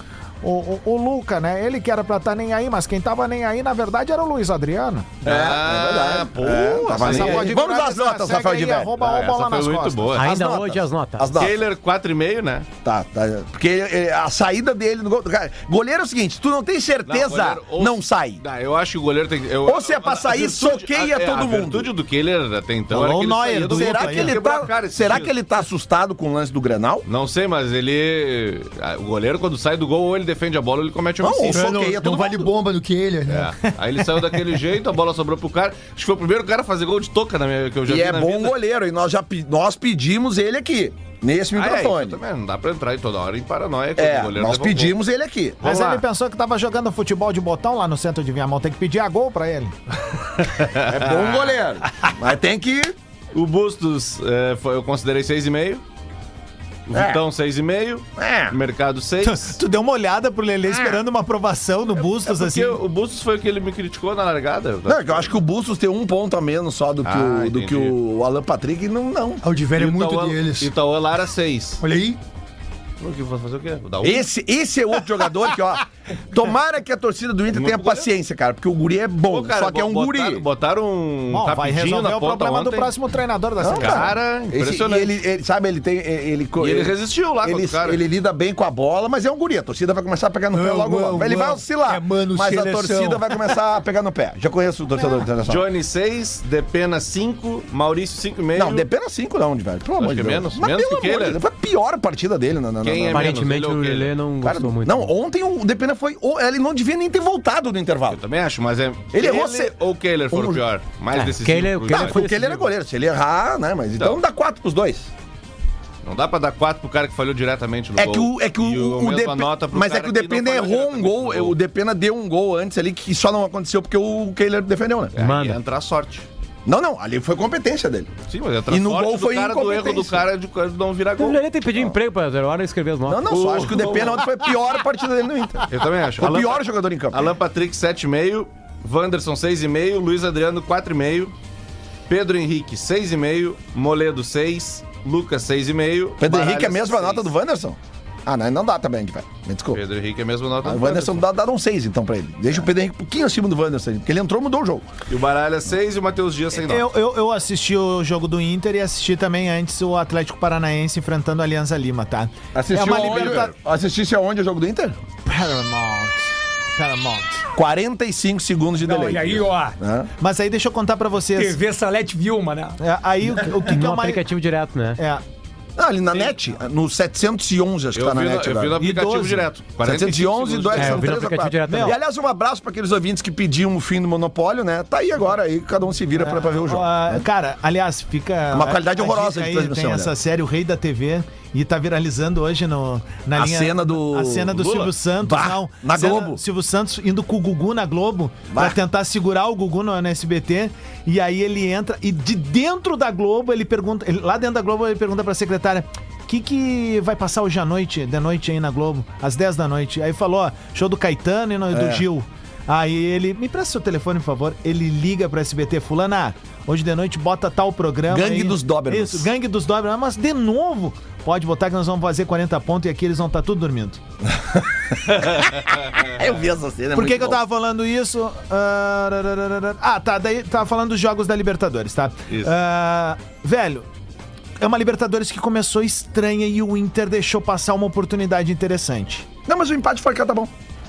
[SPEAKER 2] O, o- o Luca, né? Ele que era pra estar nem aí, mas quem tava nem aí, na verdade, era o Luiz Adriano.
[SPEAKER 1] é,
[SPEAKER 4] Ah, pô. é- tava
[SPEAKER 2] Essa
[SPEAKER 4] nem-
[SPEAKER 2] pode
[SPEAKER 1] Vamos
[SPEAKER 2] virar
[SPEAKER 1] às
[SPEAKER 2] essa
[SPEAKER 1] notas,
[SPEAKER 2] segue
[SPEAKER 1] Rafael
[SPEAKER 2] aí,
[SPEAKER 1] de Velho.
[SPEAKER 2] arroba
[SPEAKER 7] É,
[SPEAKER 4] Ah,
[SPEAKER 2] o bola
[SPEAKER 4] essa foi
[SPEAKER 2] nas
[SPEAKER 4] muito
[SPEAKER 2] costas.
[SPEAKER 4] boa.
[SPEAKER 5] Ainda
[SPEAKER 1] notas.
[SPEAKER 5] hoje as notas.
[SPEAKER 1] As notas.
[SPEAKER 4] Taylor 4,5, né?
[SPEAKER 1] Tá, tá. Porque eh, a saída dele no gol. cara, Goleiro é o seguinte: tu não tem certeza, não,
[SPEAKER 4] goleiro, ou-
[SPEAKER 1] sai.
[SPEAKER 4] Ah, eu acho que o goleiro tem que. eu-
[SPEAKER 1] Ou se é pra
[SPEAKER 4] a
[SPEAKER 1] sair,
[SPEAKER 4] virtude-
[SPEAKER 1] soqueia
[SPEAKER 4] a- é,
[SPEAKER 1] todo
[SPEAKER 4] a
[SPEAKER 1] mundo.
[SPEAKER 4] virtude do Kehler até então.
[SPEAKER 7] Rolou
[SPEAKER 4] era que
[SPEAKER 7] o
[SPEAKER 4] ele
[SPEAKER 7] Neuer
[SPEAKER 4] saía do
[SPEAKER 7] do
[SPEAKER 4] grupo
[SPEAKER 1] Será
[SPEAKER 4] aí,
[SPEAKER 1] que, ele
[SPEAKER 4] quebrou a
[SPEAKER 1] tá,
[SPEAKER 4] cara esses
[SPEAKER 1] será
[SPEAKER 4] dias.
[SPEAKER 1] que ele tá assustado com o lance do Grenal?
[SPEAKER 4] Não sei, mas ele. ah, O goleiro, quando sai do gol, ou ele defende a bola ou ele comete um
[SPEAKER 1] Não,
[SPEAKER 4] homicídio.
[SPEAKER 1] ou soqueia todo
[SPEAKER 8] Não vale
[SPEAKER 1] mundo.
[SPEAKER 8] bomba no que ele, né?
[SPEAKER 4] É. Aí ele saiu daquele jeito, a bola sobrou pro cara. Acho que foi o primeiro cara a fazer gol de toca na minha, que eu já
[SPEAKER 1] E
[SPEAKER 4] vi
[SPEAKER 1] é
[SPEAKER 4] na
[SPEAKER 1] bom
[SPEAKER 4] vida.
[SPEAKER 1] goleiro, e nós já pe- nós pedimos ele aqui, nesse
[SPEAKER 4] Ah, é, isso
[SPEAKER 1] microfone.
[SPEAKER 4] também, não dá pra entrar em toda hora em paranoia. que
[SPEAKER 1] é,
[SPEAKER 4] o goleiro
[SPEAKER 1] nós
[SPEAKER 4] leva um gol.
[SPEAKER 1] pedimos ele aqui.
[SPEAKER 2] Mas
[SPEAKER 4] Vamos lá.
[SPEAKER 2] ele pensou que tava jogando futebol de botão lá no centro de Viamão. Tem que pedir a gol pra ele.
[SPEAKER 1] É bom goleiro. Mas tem que.
[SPEAKER 4] O Bustos, é, foi- eu considerei 6,5. O
[SPEAKER 1] É.
[SPEAKER 4] Vitão, 6,5.
[SPEAKER 1] É.
[SPEAKER 4] Mercado, 6.
[SPEAKER 7] Tu deu uma olhada pro Lelê esperando uma aprovação no Bustos, assim.
[SPEAKER 4] É, Porque o Bustos foi o que ele me criticou na largada.
[SPEAKER 1] Não, é que eu acho que o Bustos tem um ponto a menos só do que,
[SPEAKER 4] Ah,
[SPEAKER 1] o, do
[SPEAKER 4] entendi. Tá
[SPEAKER 1] que o Alan Patrick. e Não, não.
[SPEAKER 8] Ah, O de velho é muito
[SPEAKER 4] Itaú,
[SPEAKER 8] deles.
[SPEAKER 4] Itaú Lara 6.
[SPEAKER 8] Olha aí.
[SPEAKER 4] O que vou fazer o quê? Vou dar um?
[SPEAKER 1] Esse, esse é outro jogador que, ó. Tomara que a torcida do Inter tenha paciência, cara, porque o guri é bom,
[SPEAKER 4] Pô, cara,
[SPEAKER 1] só que é um
[SPEAKER 4] botaram-
[SPEAKER 1] guri.
[SPEAKER 4] Botaram um
[SPEAKER 2] Bom, vai
[SPEAKER 4] rapidinho
[SPEAKER 2] resolver
[SPEAKER 4] na
[SPEAKER 2] o
[SPEAKER 4] ponta
[SPEAKER 2] problema
[SPEAKER 4] ontem.
[SPEAKER 2] do próximo treinador da seleção.
[SPEAKER 4] Cara,
[SPEAKER 1] Esse-
[SPEAKER 4] impressionante.
[SPEAKER 1] e ele, ele- sabe, ele tem. Ele,
[SPEAKER 4] E ele resistiu lá contra
[SPEAKER 1] ele,
[SPEAKER 4] o cara.
[SPEAKER 1] ele lida bem com a bola, mas é um guri. A torcida vai começar a pegar no pé
[SPEAKER 8] Não,
[SPEAKER 1] logo
[SPEAKER 8] não,
[SPEAKER 1] logo. Ele vai
[SPEAKER 8] não.
[SPEAKER 1] oscilar,
[SPEAKER 8] É mano
[SPEAKER 1] mas a
[SPEAKER 8] seleção.
[SPEAKER 1] torcida vai começar a pegar no pé. Já conheço o torcedor do Internacional.
[SPEAKER 4] Johnny 6, Depena 5, Maurício 5,5.
[SPEAKER 1] Não, depena 5 não, de velho. Pelo amor
[SPEAKER 4] Acho
[SPEAKER 1] de
[SPEAKER 4] que
[SPEAKER 1] Deus.
[SPEAKER 4] menos,
[SPEAKER 1] mas
[SPEAKER 4] menos
[SPEAKER 1] pelo
[SPEAKER 4] que
[SPEAKER 1] amor de
[SPEAKER 4] Keylor.
[SPEAKER 1] Deus. Foi a pior partida dele na. na, na,
[SPEAKER 4] Quem é
[SPEAKER 1] na-
[SPEAKER 5] Aparentemente
[SPEAKER 4] menos, ele
[SPEAKER 5] o
[SPEAKER 4] é o quê?
[SPEAKER 5] Lelê não
[SPEAKER 1] Cara,
[SPEAKER 5] gostou muito.
[SPEAKER 8] né?
[SPEAKER 1] não, ontem o Depena foi. o- Ele não devia nem ter voltado do intervalo.
[SPEAKER 4] Também acho, mas é.
[SPEAKER 1] Ele errou se-
[SPEAKER 4] ou Keller foram
[SPEAKER 1] Um-
[SPEAKER 4] pior. Mais
[SPEAKER 5] É,
[SPEAKER 4] decisivo.
[SPEAKER 5] Kehler-
[SPEAKER 4] pro
[SPEAKER 5] Kehler
[SPEAKER 1] Não,
[SPEAKER 4] Inter.
[SPEAKER 1] é
[SPEAKER 5] foi
[SPEAKER 1] porque ele era goleiro. Se ele errar, né? Mas então,
[SPEAKER 4] Então.
[SPEAKER 1] dá 4 pros dois.
[SPEAKER 4] Não dá pra dar 4 pro cara que falhou diretamente no
[SPEAKER 1] É
[SPEAKER 4] gol.
[SPEAKER 1] que o, é que o,
[SPEAKER 4] E
[SPEAKER 1] o, o
[SPEAKER 4] mesma
[SPEAKER 1] Depe-
[SPEAKER 4] nota pro
[SPEAKER 1] Mas é
[SPEAKER 4] cara
[SPEAKER 1] que o
[SPEAKER 4] não
[SPEAKER 1] Depena
[SPEAKER 4] falhou
[SPEAKER 1] errou um
[SPEAKER 4] diretamente
[SPEAKER 1] gol.
[SPEAKER 4] no
[SPEAKER 1] O Depena deu um gol antes ali que só não aconteceu porque o Kehler defendeu, né?
[SPEAKER 4] Aí
[SPEAKER 5] Manda.
[SPEAKER 4] ia entrar sorte.
[SPEAKER 1] Não, não, ali foi competência dele.
[SPEAKER 4] Sim, mas entra
[SPEAKER 1] E no
[SPEAKER 4] sorte
[SPEAKER 1] gol
[SPEAKER 4] do
[SPEAKER 1] foi
[SPEAKER 4] cara, do erro do
[SPEAKER 1] incompetência.
[SPEAKER 4] cara de de não virar
[SPEAKER 5] O
[SPEAKER 4] gol.
[SPEAKER 5] Lelê tem que pedir emprego pra Zero Hora e escrever as notas.
[SPEAKER 1] Não, não, só acho que o Depena ontem foi a pior partida dele no Inter.
[SPEAKER 4] Eu também acho.
[SPEAKER 1] Foi o
[SPEAKER 4] Oh. Alan,
[SPEAKER 1] pior jogador em campo.
[SPEAKER 4] Alan Patrick 7,5, Wanderson 6,5, Luiz Adriano 4,5, Pedro Henrique 6,5, Moledo 6, Lucas 6,5.
[SPEAKER 1] Pedro Henrique é a
[SPEAKER 4] Baralhas,
[SPEAKER 1] mesma
[SPEAKER 4] seis.
[SPEAKER 1] nota do Wanderson? Ah, não, não dá também, velho. Me desculpa.
[SPEAKER 4] Pedro É. Henrique é a mesma nota
[SPEAKER 1] Ah,
[SPEAKER 4] do
[SPEAKER 1] o Wanderson
[SPEAKER 4] Wanderson.
[SPEAKER 1] dá, dá um 6 então pra ele. Deixa o Pedro Henrique um pouquinho acima do Wanderson, porque ele entrou e mudou o jogo.
[SPEAKER 4] E o Baralha 6 e o Matheus Dias sem nota.
[SPEAKER 7] Eu, eu, eu assisti o jogo do Inter e assisti também antes o Atlético Paranaense enfrentando a Alianza Lima, tá? é uma liberta...
[SPEAKER 1] Assistisse aonde o jogo do Inter?
[SPEAKER 7] Paramount. Paramount.
[SPEAKER 1] 45 segundos de delay.
[SPEAKER 6] Olha aí, ó.
[SPEAKER 1] Né?
[SPEAKER 7] Mas aí deixa eu contar pra vocês.
[SPEAKER 6] TV Salete Vilma, né?
[SPEAKER 7] É, aí o, o que, que é
[SPEAKER 5] No
[SPEAKER 7] o mais.
[SPEAKER 5] aplicativo direto, né?
[SPEAKER 7] É,
[SPEAKER 1] Ah, ali na net, no 711 acho que
[SPEAKER 4] Eu
[SPEAKER 1] tá na
[SPEAKER 4] vi, no,
[SPEAKER 1] net
[SPEAKER 4] eu vi no
[SPEAKER 1] agora.
[SPEAKER 4] aplicativo
[SPEAKER 7] 12.
[SPEAKER 4] direto.
[SPEAKER 1] 711
[SPEAKER 4] segundos
[SPEAKER 1] dois,
[SPEAKER 4] de-
[SPEAKER 5] É,
[SPEAKER 1] são
[SPEAKER 5] eu vi no
[SPEAKER 1] três a
[SPEAKER 5] aplicativo
[SPEAKER 1] quatro.
[SPEAKER 5] direto também.
[SPEAKER 1] E, aliás, um abraço para aqueles ouvintes que pediam o fim do monopólio, né? Tá aí agora, aí cada um se vira
[SPEAKER 5] É,
[SPEAKER 1] pra, pra ver o jogo.
[SPEAKER 7] Ah,
[SPEAKER 1] né?
[SPEAKER 7] Cara, aliás, fica.
[SPEAKER 1] Uma qualidade
[SPEAKER 7] a
[SPEAKER 1] horrorosa
[SPEAKER 7] dica
[SPEAKER 1] de
[SPEAKER 7] aí,
[SPEAKER 1] transmissão,
[SPEAKER 7] Tem
[SPEAKER 1] né?
[SPEAKER 7] essa série, O Rei da TV, E tá viralizando hoje no, na
[SPEAKER 1] A
[SPEAKER 7] linha-
[SPEAKER 1] cena do
[SPEAKER 7] A cena do
[SPEAKER 1] Lula?
[SPEAKER 7] Silvio Santos,
[SPEAKER 1] Bah,
[SPEAKER 7] não.
[SPEAKER 1] na
[SPEAKER 7] Cena-
[SPEAKER 1] Globo.
[SPEAKER 7] Silvio Santos indo com o Gugu na Globo
[SPEAKER 1] Bah.
[SPEAKER 7] pra tentar segurar o Gugu no, no SBT. E aí ele entra e de dentro da Globo ele pergunta. ele- lá dentro da Globo ele pergunta pra secretária. O que, que vai passar hoje à noite, de noite aí na Globo, às 10 da noite? Aí falou, ó, show do Caetano e no-
[SPEAKER 1] É.
[SPEAKER 7] do Gil. Aí ele, me presta seu telefone, por favor. Ele liga pro SBT, fulana, hoje de noite bota tal programa.
[SPEAKER 1] Gangue
[SPEAKER 7] aí."
[SPEAKER 1] dos Dobermans.
[SPEAKER 7] Isso, Gangue dos Dobermans. Mas de novo, pode botar que nós vamos fazer 40 pontos e aqui eles vão estar tudo dormindo.
[SPEAKER 1] Eu vi essa cena. é
[SPEAKER 7] Por
[SPEAKER 1] muito
[SPEAKER 7] que, que eu
[SPEAKER 1] bom.
[SPEAKER 7] tava falando isso? Ah, rarararara. Ah, tá. Daí tava falando dos jogos da Libertadores, tá?
[SPEAKER 4] Isso.
[SPEAKER 7] Ah, velho, é uma Libertadores que começou estranha e o Inter deixou passar uma oportunidade interessante.
[SPEAKER 1] Não, mas o empate foi cá, tá bom.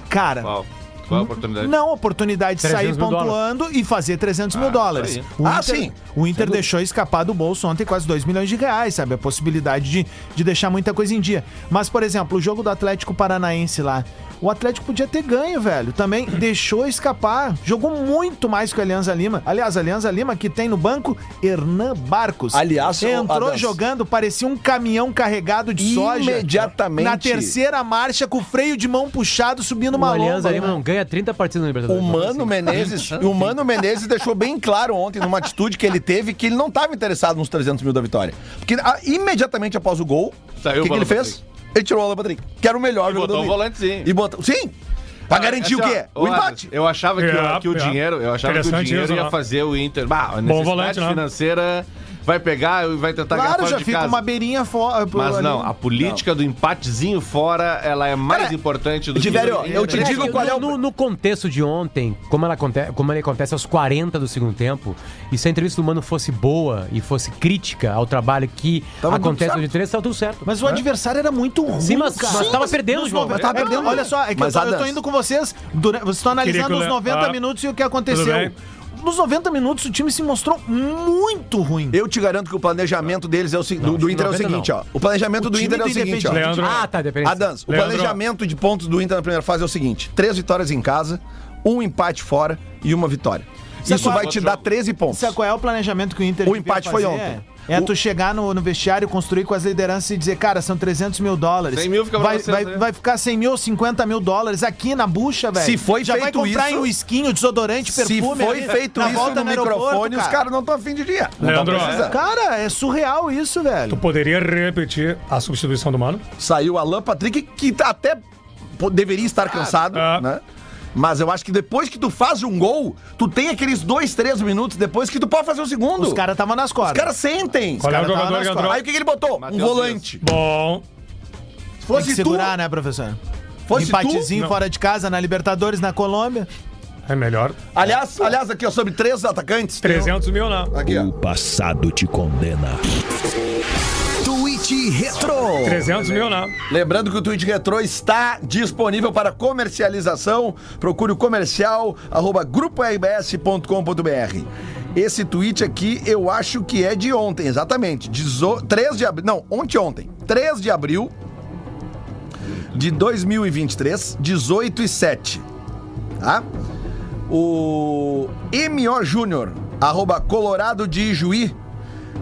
[SPEAKER 7] Cara.
[SPEAKER 4] Qual? Qual
[SPEAKER 1] Hum?
[SPEAKER 4] a oportunidade?
[SPEAKER 7] Não, oportunidade de
[SPEAKER 5] 300
[SPEAKER 7] sair
[SPEAKER 5] mil
[SPEAKER 7] pontuando e fazer 300 mil
[SPEAKER 4] Ah,
[SPEAKER 7] dólares.
[SPEAKER 4] isso aí.
[SPEAKER 7] O
[SPEAKER 1] Ah,
[SPEAKER 7] Inter-
[SPEAKER 1] sim.
[SPEAKER 7] O Inter deixou escapar do bolso ontem quase 2 milhões de reais, sabe? A possibilidade de, de deixar muita coisa em dia. Mas, por exemplo, o jogo do Atlético Paranaense lá. O Atlético podia ter ganho, velho. Também deixou escapar. Jogou muito mais que o Alianza Lima. Aliás, a Alianza Lima que tem no banco Hernan Barcos.
[SPEAKER 1] Aliás, o
[SPEAKER 7] entrou
[SPEAKER 1] Adams.
[SPEAKER 7] jogando, parecia um caminhão carregado de soja.
[SPEAKER 1] Imediatamente.
[SPEAKER 7] Na terceira marcha, com o freio de mão puxado, subindo
[SPEAKER 5] O
[SPEAKER 7] uma né?
[SPEAKER 5] Alianza
[SPEAKER 7] lomba.
[SPEAKER 5] Lima é um não ganha 30 partidas no
[SPEAKER 1] O
[SPEAKER 5] Libertadores. é
[SPEAKER 1] Mano Menezes, e o Mano Menezes deixou bem claro ontem, numa atitude que ele teve, que ele não estava interessado nos 300 mil da vitória. Porque ah, imediatamente após o gol,
[SPEAKER 4] Saiu
[SPEAKER 1] o que,
[SPEAKER 4] o
[SPEAKER 1] que ele
[SPEAKER 4] Alan
[SPEAKER 1] fez? Ele tirou o Alan Patrick, que era o melhor
[SPEAKER 4] E
[SPEAKER 1] jogador
[SPEAKER 4] botou
[SPEAKER 1] do
[SPEAKER 4] o
[SPEAKER 1] Inter.
[SPEAKER 4] volantezinho.
[SPEAKER 1] E botou, sim! Pra garantir o
[SPEAKER 4] Assim,
[SPEAKER 1] quê?
[SPEAKER 4] ó,
[SPEAKER 1] o
[SPEAKER 4] ô,
[SPEAKER 1] empate.
[SPEAKER 4] Adams, Eu achava que, o-
[SPEAKER 3] É,
[SPEAKER 4] que o
[SPEAKER 3] é.
[SPEAKER 4] dinheiro, eu achava que o
[SPEAKER 3] Interessante
[SPEAKER 4] dinheiro
[SPEAKER 3] isso,
[SPEAKER 4] ia
[SPEAKER 3] né?
[SPEAKER 4] fazer o Inter. Bah, a necessidade
[SPEAKER 3] volante, né?
[SPEAKER 4] financeira vai pegar e vai tentar ganhar
[SPEAKER 7] Claro,
[SPEAKER 4] tá fora
[SPEAKER 7] já
[SPEAKER 4] de
[SPEAKER 7] fica
[SPEAKER 4] casa.
[SPEAKER 7] uma beirinha fora.
[SPEAKER 4] Mas não, a política do empatezinho fora, ela é mais
[SPEAKER 1] Cara,
[SPEAKER 4] importante do
[SPEAKER 1] Diverio,
[SPEAKER 4] que...
[SPEAKER 1] eu te
[SPEAKER 5] É,
[SPEAKER 1] digo
[SPEAKER 5] eu-
[SPEAKER 1] qual é o.
[SPEAKER 5] no, no contexto de ontem, como, ela aconte- como ele acontece aos 40 do segundo tempo, e se a entrevista do Mano fosse boa e fosse crítica ao trabalho que
[SPEAKER 1] Tava tudo
[SPEAKER 5] acontece
[SPEAKER 1] certo.
[SPEAKER 5] no dia 13, tava tudo certo.
[SPEAKER 7] Mas o adversário era muito ruim.
[SPEAKER 5] Sim, mas-
[SPEAKER 7] cara.
[SPEAKER 5] mas tava
[SPEAKER 7] Sim,
[SPEAKER 5] perdendo
[SPEAKER 7] nos
[SPEAKER 5] o jogo.
[SPEAKER 7] noven- Tava
[SPEAKER 1] É,
[SPEAKER 7] perdendo.
[SPEAKER 1] não.
[SPEAKER 7] Olha só, é que
[SPEAKER 1] Mas,
[SPEAKER 7] eu, tô, eu
[SPEAKER 1] Adams-
[SPEAKER 7] tô indo com vocês. Durante, vocês estão analisando
[SPEAKER 3] Queria que
[SPEAKER 7] os
[SPEAKER 3] eu-
[SPEAKER 7] 90
[SPEAKER 3] Ah,
[SPEAKER 7] minutos e o que
[SPEAKER 3] tudo
[SPEAKER 7] aconteceu.
[SPEAKER 3] bem.
[SPEAKER 7] Nos 90 minutos o time se mostrou muito ruim.
[SPEAKER 1] Eu te garanto que o planejamento deles é o se- do, do Inter é o
[SPEAKER 5] 90
[SPEAKER 1] seguinte,
[SPEAKER 5] não.
[SPEAKER 1] ó. O planejamento do
[SPEAKER 7] time
[SPEAKER 1] Inter é o
[SPEAKER 7] do
[SPEAKER 1] seguinte, ó.
[SPEAKER 7] Independente-
[SPEAKER 3] Leandro.
[SPEAKER 5] Ah, tá, dependendo.
[SPEAKER 1] Adams, o
[SPEAKER 3] Leandro.
[SPEAKER 1] planejamento de pontos do Inter na primeira fase é o seguinte: três vitórias em casa, um empate fora e uma vitória.
[SPEAKER 7] Sabe
[SPEAKER 1] Isso
[SPEAKER 7] qual-
[SPEAKER 1] vai te dar 13 pontos.
[SPEAKER 7] Sabe qual é o planejamento que o Inter
[SPEAKER 1] O
[SPEAKER 7] devia
[SPEAKER 1] empate foi ontem.
[SPEAKER 7] É
[SPEAKER 1] O-
[SPEAKER 7] tu chegar no, no vestiário, construir com as lideranças e dizer, cara, são 300 mil dólares.
[SPEAKER 4] 100 mil fica pra
[SPEAKER 7] vai,
[SPEAKER 4] vocês,
[SPEAKER 7] vai,
[SPEAKER 4] né?
[SPEAKER 7] vai ficar 100 mil, 50 mil dólares aqui na bucha, velho.
[SPEAKER 1] Se foi
[SPEAKER 7] Já
[SPEAKER 1] feito
[SPEAKER 7] vai comprar
[SPEAKER 1] isso-
[SPEAKER 7] em whiskinho, desodorante,
[SPEAKER 1] Se
[SPEAKER 7] é perfume.
[SPEAKER 1] foi
[SPEAKER 7] ali,
[SPEAKER 1] feito
[SPEAKER 7] na
[SPEAKER 1] isso
[SPEAKER 7] volta
[SPEAKER 1] no
[SPEAKER 7] no aeroporto,
[SPEAKER 1] microfone, os
[SPEAKER 7] cara.
[SPEAKER 1] caras não estão afim de dinheiro. Não tão
[SPEAKER 3] Leandro,
[SPEAKER 1] precisando.
[SPEAKER 7] Cara, é surreal isso, velho.
[SPEAKER 3] Tu poderia repetir a substituição do Mano?
[SPEAKER 1] Saiu Alan Patrick, que tá até pô, deveria estar cansado,
[SPEAKER 3] Ah.
[SPEAKER 1] né? Mas eu acho que depois que tu faz um gol, tu tem aqueles dois, três minutos depois que tu pode fazer o segundo.
[SPEAKER 7] Os caras estavam nas cordas.
[SPEAKER 1] Os caras sentem.
[SPEAKER 3] Qual é o
[SPEAKER 8] tá
[SPEAKER 7] cara tava
[SPEAKER 3] jogador
[SPEAKER 7] nas
[SPEAKER 3] que entrou?
[SPEAKER 1] Aí o que, que ele botou?
[SPEAKER 4] Matheus
[SPEAKER 1] um volante.
[SPEAKER 3] Bom,
[SPEAKER 1] Se
[SPEAKER 7] Tem que
[SPEAKER 1] fosse tu,
[SPEAKER 7] segurar, né, professor?
[SPEAKER 1] fosse tu.
[SPEAKER 7] Empatezinho
[SPEAKER 3] Não.
[SPEAKER 7] fora de casa, na Libertadores, na Colômbia.
[SPEAKER 3] é melhor.
[SPEAKER 1] Aliás, aliás, aqui, ó, sobre três atacantes.
[SPEAKER 3] 300 mil, não.
[SPEAKER 1] Aqui, ó.
[SPEAKER 8] O passado te condena.
[SPEAKER 1] Twitch Retro.
[SPEAKER 3] 300 mil, não.
[SPEAKER 1] Lembrando que o Twitch Retro está disponível para comercialização. Procure o comercial arroba gruporbs.com.br. Esse tweet aqui eu acho que é de ontem, exatamente. Dezo... 3 de abril. Não, ontem ontem. 3 de abril de 2023, 18 e 7. Tá? O M.O. Júnior, arroba Colorado de Ijuí,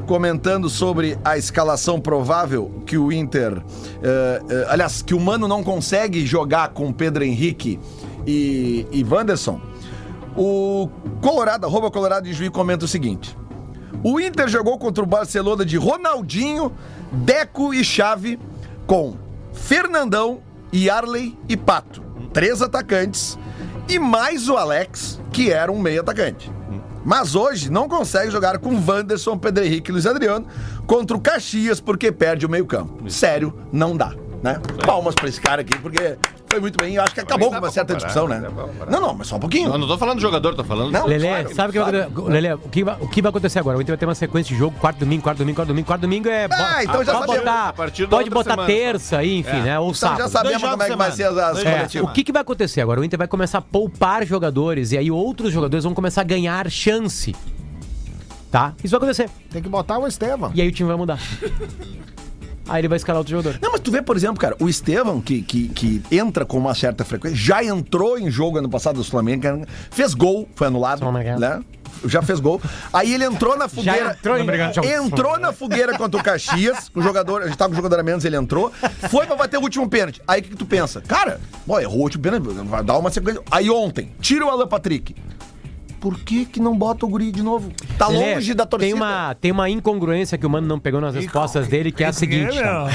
[SPEAKER 1] comentando sobre a escalação provável que o Inter. eh, eh, aliás, que o Mano não consegue jogar com Pedro Henrique e, e Wanderson. O Colorado, arroba Colorado de Juiz, comenta o seguinte. O Inter jogou contra o Barcelona de Ronaldinho, Deco e Chave com Fernandão, Yarley e Pato. Três atacantes e mais o Alex, que era um meio atacante. Mas hoje não consegue jogar com Wanderson, Pedro Henrique e Luiz Adriano contra o Caxias porque perde o meio-campo. Sério, não dá, né? Palmas pra esse cara aqui porque foi muito bem. Eu acho que acabou com
[SPEAKER 4] dá
[SPEAKER 1] uma
[SPEAKER 4] pra
[SPEAKER 1] certa
[SPEAKER 4] comparar,
[SPEAKER 1] discussão, né?
[SPEAKER 4] dá pra comparar.
[SPEAKER 1] Não, não, mas só um pouquinho.
[SPEAKER 4] Eu não tô falando de jogador, tô falando...
[SPEAKER 1] Não.
[SPEAKER 5] Lelê,
[SPEAKER 1] Claro,
[SPEAKER 5] sabe o que vai
[SPEAKER 1] claro.
[SPEAKER 5] acontecer? Lelê, o que, vai- o que vai acontecer agora? O Inter vai ter uma sequência de jogo, quarto domingo, quarto domingo, quarto domingo, quarto domingo é. bo-
[SPEAKER 1] Ah, então já
[SPEAKER 5] pode
[SPEAKER 1] sabemos.
[SPEAKER 5] botar,
[SPEAKER 4] A partir da
[SPEAKER 5] pode
[SPEAKER 4] outra
[SPEAKER 5] botar
[SPEAKER 4] semana.
[SPEAKER 5] terça aí, enfim, né? Ou
[SPEAKER 1] Então já
[SPEAKER 5] sábado.
[SPEAKER 1] sabemos
[SPEAKER 7] Dois jogos
[SPEAKER 1] como é que vai ser as,
[SPEAKER 7] semana.
[SPEAKER 1] as
[SPEAKER 7] Dois
[SPEAKER 5] É,
[SPEAKER 7] jogos
[SPEAKER 1] coletivas.
[SPEAKER 5] o que, que vai acontecer agora? O Inter vai começar a poupar jogadores e aí outros jogadores vão começar a ganhar chance. Tá? Isso vai acontecer.
[SPEAKER 2] Tem que botar o Estevam.
[SPEAKER 5] E aí o time vai mudar. aí ele vai escalar outro jogador.
[SPEAKER 1] Não, mas tu vê, por exemplo, cara, o Estevão, que, que, que entra com uma certa frequência, já entrou em jogo ano passado do Flamengo, cara, fez gol, foi anulado,
[SPEAKER 5] Só uma guerra.
[SPEAKER 1] né? já fez gol. Aí ele entrou na fogueira.
[SPEAKER 5] entrou em-
[SPEAKER 1] Obrigado. entrou na fogueira contra o Caxias. O jogador, a gente tava com o jogador a menos, ele entrou. Foi pra bater o último pênalti. Aí o que, que tu pensa? Cara, ó, errou o último pênalti, vai dar uma sequência. Aí ontem, tira o Alan Patrick. Por que, que não bota o guri de novo? Tá
[SPEAKER 5] Lelê,
[SPEAKER 1] longe da torcida.
[SPEAKER 5] Tem uma, tem uma incongruência que o Mano não pegou nas respostas dele, que é a seguinte, tá?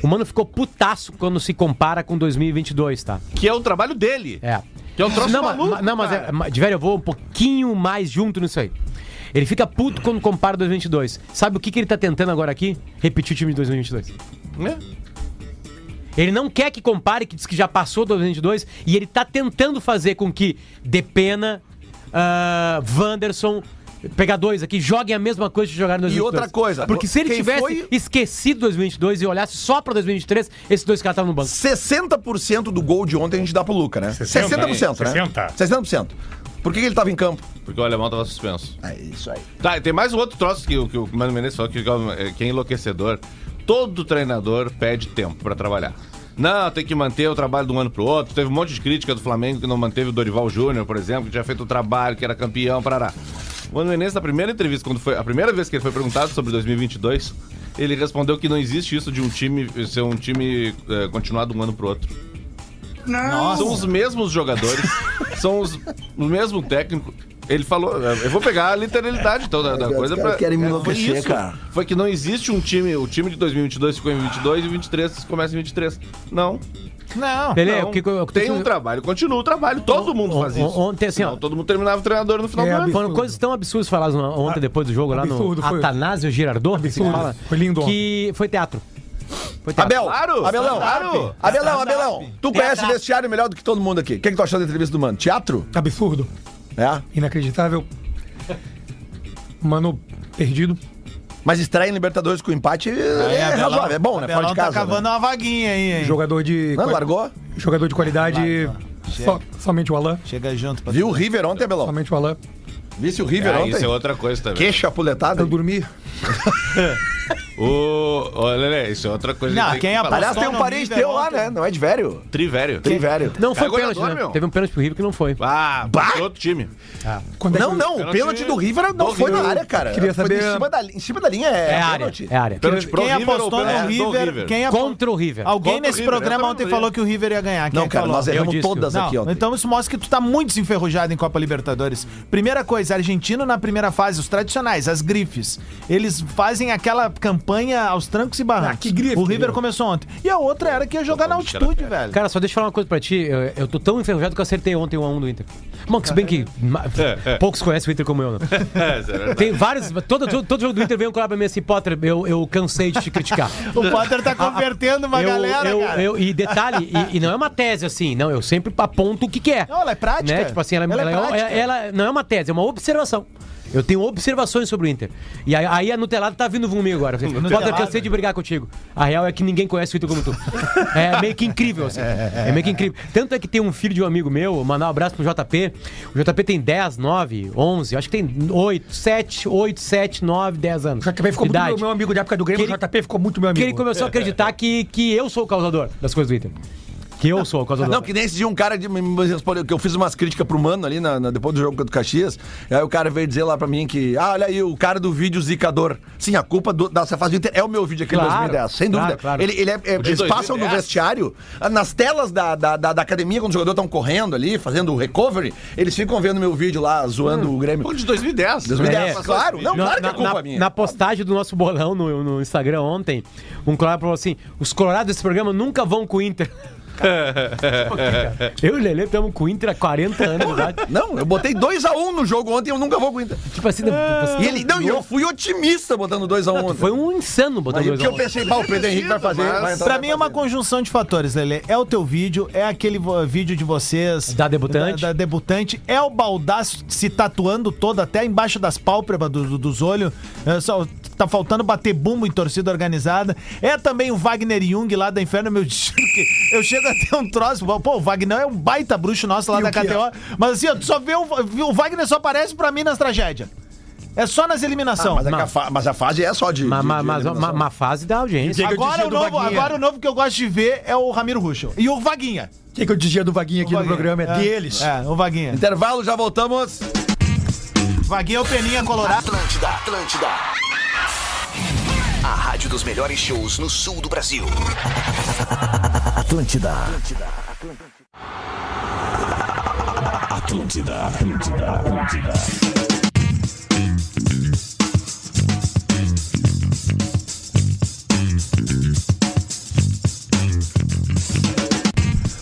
[SPEAKER 5] O Mano ficou putaço quando se compara com 2022, tá?
[SPEAKER 4] Que é o trabalho dele.
[SPEAKER 5] É.
[SPEAKER 4] Que é um troço
[SPEAKER 5] não,
[SPEAKER 4] maluco,
[SPEAKER 5] mas, não, mas, é,
[SPEAKER 4] cara.
[SPEAKER 5] mas, de velho, eu vou um pouquinho mais junto nisso aí. Ele fica puto quando compara 2022. Sabe o que, que ele tá tentando agora aqui? Repetir o time de 2022.
[SPEAKER 4] Né?
[SPEAKER 5] Ele não quer que compare, que diz que já passou 2022, e ele tá tentando fazer com que Depena, ah, Wanderson, pegar dois aqui, joguem a mesma coisa que jogaram em
[SPEAKER 1] E
[SPEAKER 5] 2022.
[SPEAKER 1] outra coisa,
[SPEAKER 5] Porque se ele
[SPEAKER 1] quem
[SPEAKER 5] tivesse
[SPEAKER 1] foi-
[SPEAKER 5] esquecido 2022 e olhasse só pra 2023, esses dois caras estavam no banco.
[SPEAKER 1] 60% do gol de ontem a gente dá pro Luca, né?
[SPEAKER 3] 60,
[SPEAKER 1] 60%, né?
[SPEAKER 3] 60.
[SPEAKER 1] 60%. Por que, que ele tava em campo?
[SPEAKER 4] Porque o alemão tava suspenso.
[SPEAKER 1] É isso aí.
[SPEAKER 4] Tá, e tem mais um outro troço que, o- que o Mano Menezes falou que, é- que é enlouquecedor. Todo treinador pede tempo pra trabalhar. Não, tem que manter o trabalho de um ano pro outro. Teve um monte de crítica do Flamengo que não manteve o Dorival Júnior, por exemplo, que tinha feito o trabalho, que era campeão, parará. O Mano Menezes, na primeira entrevista, quando foi a primeira vez que ele foi perguntado sobre 2022, ele respondeu que não existe isso de um time ser um time eh, continuar de um ano pro outro. São os mesmos jogadores, são os, o mesmo técnico. Ele falou, eh, eu vou pegar a literalidade então da, da coisa
[SPEAKER 1] caras
[SPEAKER 4] pra.
[SPEAKER 1] querem me
[SPEAKER 4] é, foi
[SPEAKER 1] enlouquecer,
[SPEAKER 4] isso.
[SPEAKER 1] cara.
[SPEAKER 4] Foi que não existe um time, o time de 2022 ficou em 22 e 23 começa em 23. Não.
[SPEAKER 7] Não.
[SPEAKER 5] Beleza?
[SPEAKER 4] não.
[SPEAKER 5] É, o que, que eu- o que eu
[SPEAKER 4] Tem
[SPEAKER 5] tô-
[SPEAKER 4] um trabalho, continua o trabalho, todo mundo
[SPEAKER 5] on-
[SPEAKER 4] faz isso.
[SPEAKER 5] ontem, assim, ó.
[SPEAKER 4] Senão todo mundo terminava o treinador no final
[SPEAKER 6] É
[SPEAKER 4] do ano.
[SPEAKER 5] Foram coisas tão absurdas faladas na- ontem depois do jogo lá
[SPEAKER 6] Ah, absurdo,
[SPEAKER 5] no
[SPEAKER 6] foi.
[SPEAKER 5] Atanásio Girardot. que se
[SPEAKER 6] Absurdo.
[SPEAKER 5] fala,
[SPEAKER 6] Foi lindo
[SPEAKER 5] Que foi teatro. Foi teatro.
[SPEAKER 1] Tá Abel,
[SPEAKER 4] Claro, tá
[SPEAKER 1] Abelão,
[SPEAKER 4] claro. Tá
[SPEAKER 1] Abelão, Abelão, tu conhece o vestiário melhor do que todo mundo aqui. O que, que tu achou da entrevista do Mano? Teatro?
[SPEAKER 6] Absurdo.
[SPEAKER 1] É?
[SPEAKER 6] Inacreditável. Mano, perdido.
[SPEAKER 1] Mas estreia em Libertadores com empate é,
[SPEAKER 7] Abelão-
[SPEAKER 1] razoável, é bom, né? Fora
[SPEAKER 7] Abelão
[SPEAKER 1] de casa.
[SPEAKER 7] tá cavando
[SPEAKER 1] né?
[SPEAKER 7] uma vaguinha aí, hein?
[SPEAKER 6] Jogador
[SPEAKER 2] é
[SPEAKER 6] de.
[SPEAKER 1] Não,
[SPEAKER 6] quali-
[SPEAKER 1] largou?
[SPEAKER 6] Jogador de qualidade. só- somente o Alain.
[SPEAKER 7] Chega junto pra
[SPEAKER 1] Viu o River ontem, Abelão?
[SPEAKER 6] Somente o Alain.
[SPEAKER 1] Visse o River
[SPEAKER 4] Ah,
[SPEAKER 1] ontem?
[SPEAKER 4] isso é outra coisa também.
[SPEAKER 1] Que chapuletada.
[SPEAKER 6] Eu dormi.
[SPEAKER 4] O, o, Lelê, isso é outra coisa.
[SPEAKER 7] Não,
[SPEAKER 4] que tem
[SPEAKER 7] quem
[SPEAKER 4] que falar.
[SPEAKER 1] Aliás,
[SPEAKER 7] apostou
[SPEAKER 1] tem um
[SPEAKER 7] no
[SPEAKER 1] parente
[SPEAKER 7] River
[SPEAKER 1] teu lá,
[SPEAKER 7] ontem.
[SPEAKER 1] né? Não é de velho?
[SPEAKER 4] Trivério.
[SPEAKER 1] Tem velho.
[SPEAKER 5] Não foi
[SPEAKER 4] É goleador,
[SPEAKER 5] pênalti, né?
[SPEAKER 4] meu.
[SPEAKER 5] Teve um pênalti pro River que não foi.
[SPEAKER 4] Ah,
[SPEAKER 1] Bah!
[SPEAKER 4] pra outro time.
[SPEAKER 6] Quando é que
[SPEAKER 1] Não,
[SPEAKER 6] eu-
[SPEAKER 1] não, o
[SPEAKER 4] Pênalti
[SPEAKER 1] pênalti do River não
[SPEAKER 4] do
[SPEAKER 1] foi na
[SPEAKER 4] River.
[SPEAKER 1] área, cara.
[SPEAKER 6] Queria
[SPEAKER 1] Foi
[SPEAKER 6] saber-
[SPEAKER 1] Em cima da, li- em cima da linha é,
[SPEAKER 5] É área.
[SPEAKER 1] pênalti.
[SPEAKER 5] É área.
[SPEAKER 4] Pênalti pro
[SPEAKER 7] Quem
[SPEAKER 4] River ou
[SPEAKER 7] apostou
[SPEAKER 4] pênalti
[SPEAKER 7] no
[SPEAKER 4] do
[SPEAKER 7] River? Quem apo-
[SPEAKER 5] Contra o River.
[SPEAKER 7] Alguém
[SPEAKER 4] Contra o
[SPEAKER 7] nesse
[SPEAKER 4] River, eu
[SPEAKER 7] programa
[SPEAKER 4] também
[SPEAKER 7] ontem
[SPEAKER 4] não ia.
[SPEAKER 7] falou que o River ia ganhar. Quem
[SPEAKER 1] Não, cara,
[SPEAKER 7] falou?
[SPEAKER 1] nós erramos
[SPEAKER 5] disse que eu-
[SPEAKER 1] todas
[SPEAKER 7] Não,
[SPEAKER 1] aqui, ó.
[SPEAKER 7] então isso mostra que tu tá muito desenferrujado em Copa Libertadores. Primeira coisa, argentino na primeira fase, os tradicionais, as grifes. Eles fazem aquela campanha aos trancos e barrancos.
[SPEAKER 6] Ah, que grife,
[SPEAKER 7] o River
[SPEAKER 6] meu.
[SPEAKER 7] começou ontem. E a outra era que ia jogar na
[SPEAKER 4] Os caras
[SPEAKER 7] altitude, velho.
[SPEAKER 5] Cara, só deixa eu falar uma coisa pra ti. Eu, eu tô tão enferrujado que eu acertei ontem o 1x1 do Inter. Bom, que se bem que ma-
[SPEAKER 4] É, é.
[SPEAKER 5] poucos conhecem o Inter como eu, né?
[SPEAKER 4] É, isso é verdade.
[SPEAKER 5] Tem vários. Todo, todo, todo jogo do Inter vem um colar pra mim assim, Potter, eu, eu cansei de te criticar.
[SPEAKER 7] O Potter tá convertendo uma
[SPEAKER 5] eu,
[SPEAKER 7] galera,
[SPEAKER 5] eu,
[SPEAKER 7] cara.
[SPEAKER 5] eu- e detalhe, e, e não é uma tese assim, não, eu sempre aponto o que, que é.
[SPEAKER 7] Não, ela é prática.
[SPEAKER 5] Né? Tipo assim, ela,
[SPEAKER 7] Ela é
[SPEAKER 5] ela é-
[SPEAKER 7] prática.
[SPEAKER 5] ela- ela- não é uma tese, é uma observação. Eu tenho observações sobre o Inter. E aí, aí a Nutelada tá vindo comigo agora. Assim, Potter,
[SPEAKER 7] Nutelada.
[SPEAKER 5] cansei de brigar contigo. A real é que ninguém conhece o Inter como tu. É meio que incrível, assim. É meio que incrível. Tanto é que tem um filho de um amigo meu, mandar um abraço pro JP. O JP tem 10, 9, 11, acho que tem 8, 7, 8, 7, 9, 10 anos.
[SPEAKER 6] O JP ficou muito
[SPEAKER 5] Idade.
[SPEAKER 6] meu, meu amigo da época do Grêmio.
[SPEAKER 5] Que
[SPEAKER 6] O
[SPEAKER 5] ele-
[SPEAKER 6] JP ficou muito meu
[SPEAKER 5] Que
[SPEAKER 6] amigo.
[SPEAKER 5] ele começou a acreditar que, que eu sou o causador das coisas do Inter. Que eu sou o causador.
[SPEAKER 1] Não, que nem esse dia um cara de- me- me respondeu que eu fiz umas críticas pro mano ali na- na- depois do jogo contra o Caxias. Aí o cara veio dizer lá pra mim que, ah, olha aí, o cara do vídeo zicador. Sim, a culpa do, dessa fase do Inter é o meu vídeo aqui
[SPEAKER 5] Claro,
[SPEAKER 1] de 2010, sem
[SPEAKER 5] claro,
[SPEAKER 1] dúvida.
[SPEAKER 5] claro.
[SPEAKER 1] Ele, ele é- é-
[SPEAKER 4] de
[SPEAKER 1] eles passam no
[SPEAKER 4] 2010?
[SPEAKER 1] vestiário, ah, nas telas da, da, da- da academia, quando os jogadores estão correndo ali, fazendo o recovery, eles ficam vendo meu vídeo lá, zoando o Grêmio.
[SPEAKER 4] Pô, de 2010.
[SPEAKER 1] 2010,
[SPEAKER 5] Hum. é.
[SPEAKER 1] claro. Não,
[SPEAKER 5] Na-
[SPEAKER 1] claro que
[SPEAKER 5] na,
[SPEAKER 1] a culpa
[SPEAKER 5] na-
[SPEAKER 1] é minha.
[SPEAKER 5] na postagem do nosso bolão no, no Instagram ontem, um colorado falou assim: os colorados desse programa nunca vão com o Inter. eu e o Lelê estamos com o Inter há 40 anos de idade.
[SPEAKER 1] Não, eu botei 2x1 no jogo ontem, eu nunca vou com o Inter.
[SPEAKER 5] Tipo assim, você-
[SPEAKER 1] E ele, não, e eu fui otimista botando 2x1 ontem.
[SPEAKER 5] foi um insano botar
[SPEAKER 1] Aí,
[SPEAKER 5] dois
[SPEAKER 1] porque
[SPEAKER 5] a
[SPEAKER 1] eu
[SPEAKER 5] um.
[SPEAKER 1] pensei, pá, o Pedro Henrique vai fazer.
[SPEAKER 4] Mas-
[SPEAKER 1] Vai entrar,
[SPEAKER 7] Pra
[SPEAKER 1] vai
[SPEAKER 7] mim é uma
[SPEAKER 1] fazer.
[SPEAKER 7] conjunção de fatores, Lele. É o teu vídeo, é aquele vo- vídeo de vocês.
[SPEAKER 5] Da debutante.
[SPEAKER 7] Da, da debutante. É o baldaço se tatuando todo até embaixo das pálpebras do- do- dos olhos. É só- tá faltando bater bumbo em torcida organizada. É também o Wagner Jung lá da Inferno, meu tio, que Eu chego até um troço. Pô, o Wagner é um baita bruxo nosso lá da
[SPEAKER 6] o que é?
[SPEAKER 7] KTO. Mas assim, ó, tu só vê o, o Wagner só aparece pra mim nas tragédias. É só nas
[SPEAKER 6] Ah,
[SPEAKER 7] eliminações.
[SPEAKER 1] Mas, é que a fa- mas a fase é só de.
[SPEAKER 5] Mas
[SPEAKER 1] de-
[SPEAKER 5] ma,
[SPEAKER 1] de
[SPEAKER 5] mas-
[SPEAKER 1] eliminação.
[SPEAKER 5] ma- ma fase da audiência.
[SPEAKER 6] que eu
[SPEAKER 7] Agora
[SPEAKER 6] dizia
[SPEAKER 7] o,
[SPEAKER 6] do
[SPEAKER 7] novo,
[SPEAKER 6] Vaguinha?
[SPEAKER 7] agora o novo que eu gosto de ver é o Ramiro Ruschel. E o Vaguinha.
[SPEAKER 6] O que, que
[SPEAKER 7] é
[SPEAKER 6] eu dizia do Vaguinho aqui no
[SPEAKER 7] Vaguinha.
[SPEAKER 6] programa? É, deles.
[SPEAKER 7] É, o Vaguinha.
[SPEAKER 1] Intervalo, já voltamos.
[SPEAKER 7] Vaguinho é Então, o Peninha Colorado.
[SPEAKER 9] Atlântida, Atlântida. A rádio dos melhores shows no sul do Brasil.
[SPEAKER 8] Atlântida, Atlântida, Atlântida.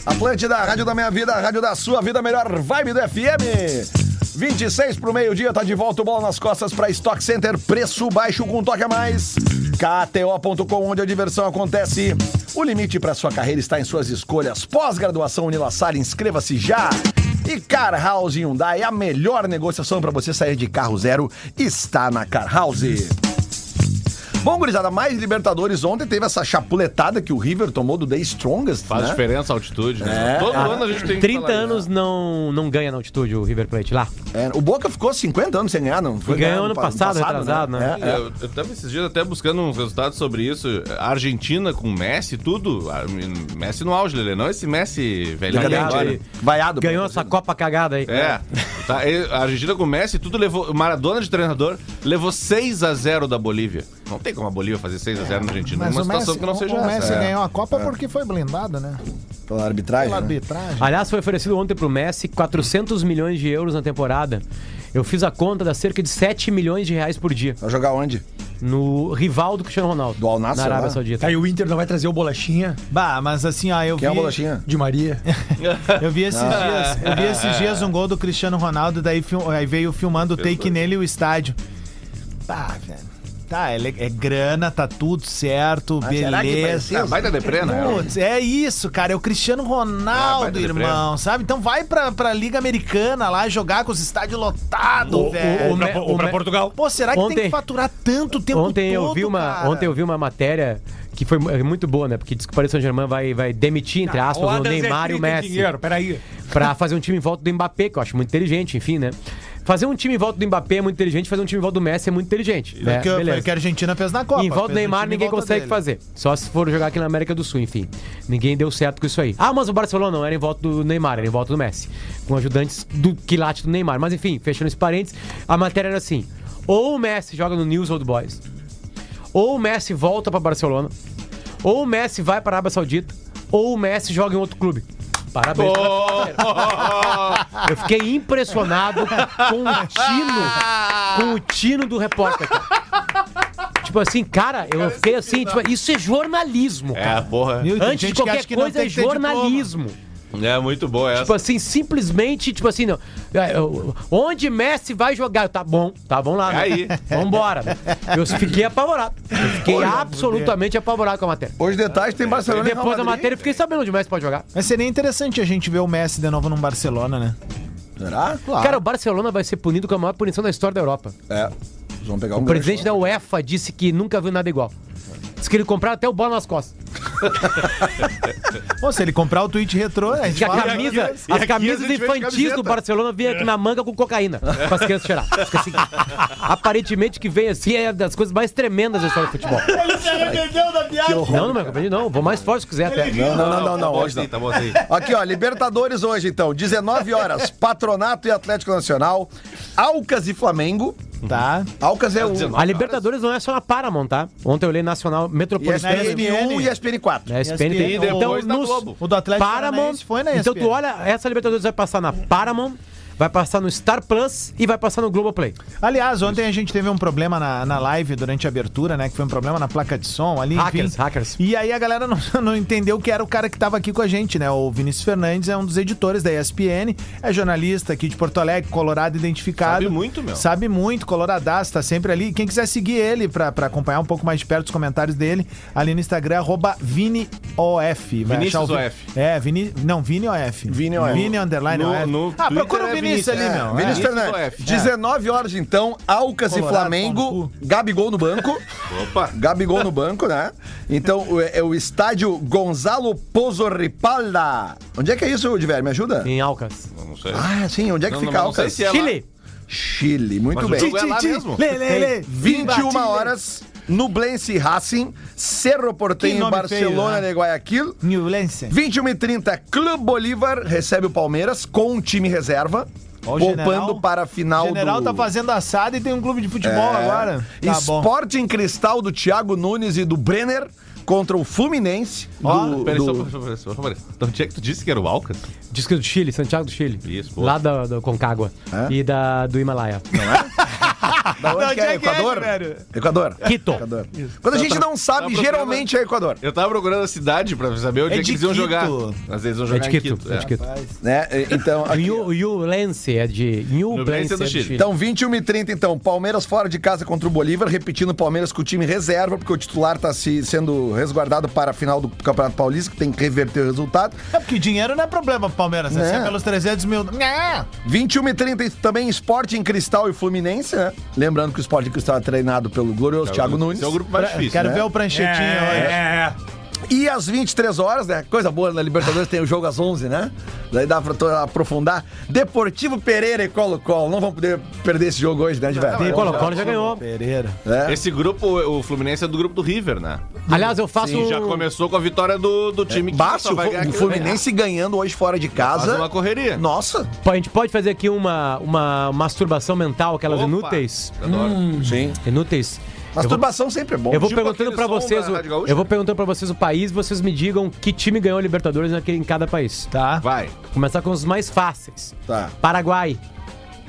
[SPEAKER 1] Atlântida, Rádio da Minha Vida, Rádio da Sua Vida, melhor vibe do FM. 26 pro meio-dia, tá de volta o Bola nas Costas pra Stock Center, preço baixo com um toque a mais. KTO.com, onde a diversão acontece. O limite pra sua carreira está em suas escolhas. Pós-graduação Unilassar, inscreva-se já. E Car House Hyundai, a melhor negociação pra você sair de carro zero, está na Car House. Bom, gurizada, mais Libertadores ontem teve essa chapuletada que o River tomou do The Strongest,
[SPEAKER 4] Faz
[SPEAKER 1] né?
[SPEAKER 4] diferença a altitude, né?
[SPEAKER 1] É.
[SPEAKER 4] Todo
[SPEAKER 1] Ah,
[SPEAKER 4] ano a gente tem que
[SPEAKER 5] 30
[SPEAKER 4] falar isso.
[SPEAKER 5] anos
[SPEAKER 1] né?
[SPEAKER 5] não, não ganha na altitude o River Plate lá.
[SPEAKER 1] É, o Boca ficou 50 anos sem ganhar, não? Foi Né?
[SPEAKER 5] Ganhou
[SPEAKER 1] ganhar
[SPEAKER 5] ano passado, retrasado, né?
[SPEAKER 1] É, é.
[SPEAKER 4] Eu, eu tava esses dias até buscando uns resultados sobre isso. A Argentina com Messi, tudo. A- Messi no auge, Lelê. Não esse Messi velhinho
[SPEAKER 5] Decadente.
[SPEAKER 4] agora.
[SPEAKER 5] Ele
[SPEAKER 1] Vaiado.
[SPEAKER 5] Ganhou
[SPEAKER 1] pô.
[SPEAKER 5] essa Copa cagada aí.
[SPEAKER 4] É. Tá, e a Argentina com Messi, tudo levou. o Maradona de treinador levou 6x0 da Bolívia. Não tem como a Bolívia fazer 6x0 na Argentina.
[SPEAKER 2] Mas
[SPEAKER 4] numa
[SPEAKER 2] o
[SPEAKER 4] situação
[SPEAKER 2] Messi,
[SPEAKER 4] que não seja
[SPEAKER 2] o
[SPEAKER 4] essa.
[SPEAKER 2] Messi
[SPEAKER 4] É.
[SPEAKER 2] ganhou a Copa porque foi blindado, né?
[SPEAKER 1] Pela arbitragem.
[SPEAKER 2] Pela
[SPEAKER 1] né?
[SPEAKER 2] arbitragem.
[SPEAKER 5] Aliás, foi oferecido ontem pro Messi 400 milhões de euros na temporada. Eu fiz a conta, dá cerca de 7 milhões de reais por dia
[SPEAKER 1] Vai jogar onde?
[SPEAKER 5] no rival do Cristiano Ronaldo.
[SPEAKER 1] Do Al Nassr,
[SPEAKER 5] Na Arábia
[SPEAKER 1] lá?
[SPEAKER 5] Saudita.
[SPEAKER 6] Tá, e o Inter não vai trazer o Bolachinha
[SPEAKER 7] Bah, mas assim, ó, eu vi.
[SPEAKER 1] Quem é a bolachinha? Ah.
[SPEAKER 6] de Maria.
[SPEAKER 7] Eu vi esses dias, eu vi esses dias um gol do Cristiano Ronaldo, daí fil- aí veio filmando o take nele e o estádio. Tá, velho. Tá, é, le- é grana, tá tudo certo,
[SPEAKER 1] será que
[SPEAKER 7] beleza.
[SPEAKER 4] Ah, vai dar deprê, né?
[SPEAKER 7] Putz, é isso, cara. É o Cristiano
[SPEAKER 4] Ah,
[SPEAKER 7] Ronaldo,
[SPEAKER 4] vai dar
[SPEAKER 7] irmão, sabe? Então vai pra, pra Liga Americana lá jogar com os estádios lotados, velho.
[SPEAKER 6] Ou pra,
[SPEAKER 5] Me-
[SPEAKER 6] ou
[SPEAKER 5] o
[SPEAKER 6] pra
[SPEAKER 5] Me-
[SPEAKER 6] Portugal.
[SPEAKER 7] Pô, será que tem
[SPEAKER 5] Ontem-
[SPEAKER 7] que faturar tanto o tempo
[SPEAKER 5] Ontem
[SPEAKER 7] todo,
[SPEAKER 5] eu vi uma,
[SPEAKER 7] cara?
[SPEAKER 5] ontem eu vi uma matéria que foi mu- é muito boa, né? Porque diz que o Paris Saint-Germain vai vai demitir
[SPEAKER 7] Ah,
[SPEAKER 5] entre aspas
[SPEAKER 6] O
[SPEAKER 5] o,
[SPEAKER 6] Adams é
[SPEAKER 5] Neymar e o
[SPEAKER 6] rico em
[SPEAKER 5] Messi.
[SPEAKER 6] Dinheiro, peraí.
[SPEAKER 5] Pra fazer um time em volta do Mbappé, que eu acho muito inteligente, enfim, né? Fazer um time em volta do Mbappé é muito inteligente, fazer um time em volta do Messi é muito inteligente. Né?
[SPEAKER 7] Que, é
[SPEAKER 5] Beleza.
[SPEAKER 7] que a Argentina fez na Copa.
[SPEAKER 5] em volta
[SPEAKER 7] Fez
[SPEAKER 5] do
[SPEAKER 7] o
[SPEAKER 5] Neymar
[SPEAKER 7] time em
[SPEAKER 5] ninguém
[SPEAKER 7] volta
[SPEAKER 5] consegue
[SPEAKER 7] dele.
[SPEAKER 5] fazer. Só se for jogar aqui na América do Sul, enfim. Ninguém deu certo com isso aí. Ah, mas o Barcelona não era em volta do Neymar, era em volta do Messi. Com ajudantes do quilate do Neymar. Mas enfim, fechando esse parênteses, a matéria era assim: ou o Messi joga no News Old Boys, ou o Messi volta pra Barcelona, ou o Messi vai pra Arábia Saudita, ou o Messi joga em outro clube. Parabéns. Eu fiquei impressionado com o tino, com o tino do repórter. cara. Tipo assim, cara, eu fiquei assim, tipo, isso é jornalismo,
[SPEAKER 4] É,
[SPEAKER 5] cara.
[SPEAKER 4] porra.
[SPEAKER 7] Meu, tem
[SPEAKER 5] Antes de
[SPEAKER 7] gente que
[SPEAKER 5] qualquer
[SPEAKER 7] acha que não
[SPEAKER 5] coisa,
[SPEAKER 7] tem
[SPEAKER 5] é
[SPEAKER 7] que ter diploma.
[SPEAKER 5] jornalismo.
[SPEAKER 4] É muito boa essa.
[SPEAKER 5] Tipo assim, simplesmente, tipo assim, não. É, eu- Onde Messi vai jogar? Eu, Tá bom, tá, vamos lá. né?
[SPEAKER 4] Aí.
[SPEAKER 5] Vambora. né? Eu fiquei apavorado. Eu fiquei absolutamente apavorado com a matéria.
[SPEAKER 1] Hoje de tarde tem
[SPEAKER 5] E
[SPEAKER 1] Barcelona e
[SPEAKER 5] depois da
[SPEAKER 1] Real Madrid.
[SPEAKER 5] matéria eu fiquei sabendo onde o Messi pode jogar.
[SPEAKER 7] Mas seria interessante a gente ver o Messi de novo num Barcelona, né?
[SPEAKER 1] Será?
[SPEAKER 4] Ah.
[SPEAKER 1] Claro.
[SPEAKER 5] Cara, o Barcelona vai ser punido com a maior punição da história da Europa.
[SPEAKER 1] É. Eles vão pegar um
[SPEAKER 5] O presidente da
[SPEAKER 1] gancho,
[SPEAKER 5] UEFA disse que nunca viu nada igual. Diz que ele comprou até o bola nas costas.
[SPEAKER 7] Pô, se ele comprar o tweet retrô, a gente
[SPEAKER 5] Que a
[SPEAKER 7] fala-
[SPEAKER 5] camisa,
[SPEAKER 4] e aqui- e
[SPEAKER 5] as
[SPEAKER 4] aqui a
[SPEAKER 5] camisas
[SPEAKER 4] gente vende
[SPEAKER 5] infantis
[SPEAKER 4] camiseta. É.
[SPEAKER 5] do Barcelona vêm aqui na manga com cocaína. Para as crianças cheirar. Fica assim. aparentemente que vem assim é das coisas mais tremendas da história do futebol.
[SPEAKER 1] né? Que horror.
[SPEAKER 5] Não, não, mas compreendi, não. Vou mais forte se quiser até.
[SPEAKER 1] Não, não, não, não, não,
[SPEAKER 4] tá bom
[SPEAKER 1] hoje
[SPEAKER 4] assim,
[SPEAKER 1] não.
[SPEAKER 4] tá bom assim.
[SPEAKER 1] Aqui, ó, Libertadores hoje, então. 19 horas, Patronato e Atlético Nacional, Alcas e Flamengo.
[SPEAKER 7] Tá.
[SPEAKER 1] Alcas é o...
[SPEAKER 5] A Libertadores não é só na Paramount, tá? Ontem eu olhei Nacional
[SPEAKER 1] E
[SPEAKER 4] é
[SPEAKER 5] Metropolitana.
[SPEAKER 1] ESPN1 e ESPN4.
[SPEAKER 5] É, SPN tem.
[SPEAKER 7] E
[SPEAKER 4] depois
[SPEAKER 5] Então,
[SPEAKER 4] na
[SPEAKER 5] nos
[SPEAKER 4] Globo.
[SPEAKER 7] O do Atlético
[SPEAKER 5] Paramount.
[SPEAKER 7] Paranaense foi na
[SPEAKER 5] Então
[SPEAKER 7] ESPN.
[SPEAKER 5] tu olha, essa Libertadores vai passar na Paramount, vai passar no Star Plus e vai passar no Globoplay.
[SPEAKER 7] Aliás, ontem a gente teve um problema na, na live durante a abertura, né? Que foi um problema na placa de som ali.
[SPEAKER 5] Hackers,
[SPEAKER 7] enfim.
[SPEAKER 5] hackers.
[SPEAKER 7] E aí a galera não, não entendeu que era o cara que tava aqui com a gente, né? O Vinícius Fernandes é um dos editores da ESPN, é jornalista aqui de Porto Alegre, colorado identificado.
[SPEAKER 4] Sabe muito, meu.
[SPEAKER 7] Sabe muito, coloradaço, tá sempre ali. Quem quiser seguir ele pra, pra acompanhar um pouco mais de perto os comentários dele, ali no Instagram, arroba ViniOF. Vai
[SPEAKER 4] Vinícius
[SPEAKER 7] achar o Vi-
[SPEAKER 4] OF.
[SPEAKER 7] É, Vini... Não, ViniOF.
[SPEAKER 1] Vini OF.
[SPEAKER 7] Vini underline
[SPEAKER 4] No-
[SPEAKER 7] OF.
[SPEAKER 4] no
[SPEAKER 7] ah,
[SPEAKER 4] Twitter
[SPEAKER 7] procura o
[SPEAKER 4] é
[SPEAKER 7] Vinícius ali,
[SPEAKER 4] Vinícius,
[SPEAKER 7] meu.
[SPEAKER 4] é.
[SPEAKER 1] Vinícius
[SPEAKER 4] É.
[SPEAKER 1] Fernandes.
[SPEAKER 4] É.
[SPEAKER 1] 19 horas, então, Alcas e
[SPEAKER 7] Colorado, pau
[SPEAKER 1] Flamengo,
[SPEAKER 7] no
[SPEAKER 1] Gabigol no banco.
[SPEAKER 4] Opa.
[SPEAKER 1] Gabigol no banco, né? Então, o- é o estádio Gonzalo Pozo Ripalda. Onde é que é isso, Diver? Me ajuda?
[SPEAKER 5] Em Alcas.
[SPEAKER 4] Não sei.
[SPEAKER 1] Ah, sim, onde é que
[SPEAKER 4] Não,
[SPEAKER 1] fica
[SPEAKER 4] não, não sei
[SPEAKER 1] Alcas?
[SPEAKER 4] se é lá.
[SPEAKER 5] Chile.
[SPEAKER 1] Chile, muito
[SPEAKER 4] Mas o
[SPEAKER 1] bem.
[SPEAKER 4] jogo é lá mesmo.
[SPEAKER 7] Lê, lê, lê.
[SPEAKER 1] 21
[SPEAKER 7] Viva,
[SPEAKER 1] horas, Nublense e Racing, Cerro
[SPEAKER 7] Que
[SPEAKER 1] Porteño,
[SPEAKER 7] nome
[SPEAKER 1] Barcelona
[SPEAKER 7] feio, né?
[SPEAKER 1] de Guayaquil.
[SPEAKER 7] Newlense.
[SPEAKER 1] 21 h 30 Clube Bolívar recebe o Palmeiras com um time reserva.
[SPEAKER 7] Ó, o
[SPEAKER 1] poupando para a final
[SPEAKER 7] O general
[SPEAKER 1] do...
[SPEAKER 7] tá fazendo assada e tem um clube de futebol
[SPEAKER 1] É.
[SPEAKER 7] agora. Tá bom.
[SPEAKER 1] Sporting Cristal do Thiago Nunes e do Brenner contra o Fluminense.
[SPEAKER 4] Ó,
[SPEAKER 1] do-
[SPEAKER 4] peraí,
[SPEAKER 1] do-
[SPEAKER 4] só- só- só- só- peraí. Então, onde é que tu disse que era o Alcas?
[SPEAKER 5] Disco é do Chile, Santiago do Chile.
[SPEAKER 4] Isso, boa.
[SPEAKER 5] Lá da, da Concagua.
[SPEAKER 1] É?
[SPEAKER 5] E da, do Himalaia.
[SPEAKER 1] Da onde
[SPEAKER 7] Não,
[SPEAKER 1] que é?
[SPEAKER 7] onde é que é,
[SPEAKER 1] Equador?
[SPEAKER 7] velho?
[SPEAKER 1] Equador.
[SPEAKER 5] Quito.
[SPEAKER 1] Equador. Quando a gente não sabe,
[SPEAKER 4] procurando-
[SPEAKER 1] geralmente é Equador.
[SPEAKER 4] Eu tava procurando a cidade pra saber onde
[SPEAKER 7] É
[SPEAKER 4] é, que
[SPEAKER 7] de
[SPEAKER 4] eles iam
[SPEAKER 7] Quito.
[SPEAKER 4] jogar. Às vezes vão
[SPEAKER 5] É
[SPEAKER 4] jogar
[SPEAKER 5] de
[SPEAKER 4] em
[SPEAKER 5] Quito.
[SPEAKER 4] Quito,
[SPEAKER 5] É
[SPEAKER 4] é.
[SPEAKER 5] de Quito.
[SPEAKER 1] Né? E- Então, aqui-
[SPEAKER 5] New- Newlense é de. Newlense é do Chile.
[SPEAKER 1] então 21 e 30, então. Palmeiras fora de casa contra o Bolívar, repetindo o Palmeiras com o time reserva, porque o titular tá se, sendo resguardado para a final do Campeonato Paulista, que tem que reverter o resultado.
[SPEAKER 7] É porque dinheiro não é problema pro Palmeiras. É.
[SPEAKER 1] Né?
[SPEAKER 7] Se é pelos 300 mil. Né?
[SPEAKER 1] 21 e 30 também Sporting Cristal e Fluminense, né? Lembrando que o Sporting Cristal é treinado pelo glorioso Thiago Nunes.
[SPEAKER 4] Esse é o grupo
[SPEAKER 5] Tá
[SPEAKER 4] mais difícil.
[SPEAKER 7] Quero
[SPEAKER 4] né?
[SPEAKER 7] ver o pranchetinho hoje.
[SPEAKER 6] É, é.
[SPEAKER 1] E às 23 horas, né? Coisa boa, na Libertadores tem o jogo às 11, né? Daí dá pra to- aprofundar. Deportivo Pereira e Colo-Colo. Não vão poder perder esse jogo hoje, né, Diverto?
[SPEAKER 5] Tem Colo-Colo já ganhou.
[SPEAKER 7] Pereira.
[SPEAKER 1] É.
[SPEAKER 4] é Esse grupo, o Fluminense é do grupo do River, né?
[SPEAKER 5] Aliás, eu faço.
[SPEAKER 4] Sim, já
[SPEAKER 5] um-
[SPEAKER 4] começou com a vitória do, do time que
[SPEAKER 1] Basta
[SPEAKER 4] só
[SPEAKER 1] É o,
[SPEAKER 4] vai ganhar
[SPEAKER 1] Flu- o
[SPEAKER 4] aqui.
[SPEAKER 1] Fluminense ganhando hoje fora de casa.
[SPEAKER 4] Faz uma correria.
[SPEAKER 1] Nossa!
[SPEAKER 5] A gente pode fazer aqui uma, uma masturbação mental, aquelas
[SPEAKER 4] Opa,
[SPEAKER 5] inúteis.
[SPEAKER 4] Adoro.
[SPEAKER 1] Sim.
[SPEAKER 5] Inúteis. Eu vou-
[SPEAKER 1] Masturbação sempre é bom.
[SPEAKER 5] Eu vou
[SPEAKER 4] Tipo
[SPEAKER 5] perguntando
[SPEAKER 4] aquele
[SPEAKER 5] pra
[SPEAKER 4] som
[SPEAKER 5] vocês,
[SPEAKER 4] da
[SPEAKER 5] o-
[SPEAKER 4] Rádio Gaúcha.
[SPEAKER 5] eu vou perguntando para vocês o país, vocês me digam que time ganhou a Libertadores naquele, em cada país.
[SPEAKER 7] Tá.
[SPEAKER 4] Ah. Vai.
[SPEAKER 5] Começar com os mais fáceis.
[SPEAKER 1] Tá.
[SPEAKER 5] Paraguai,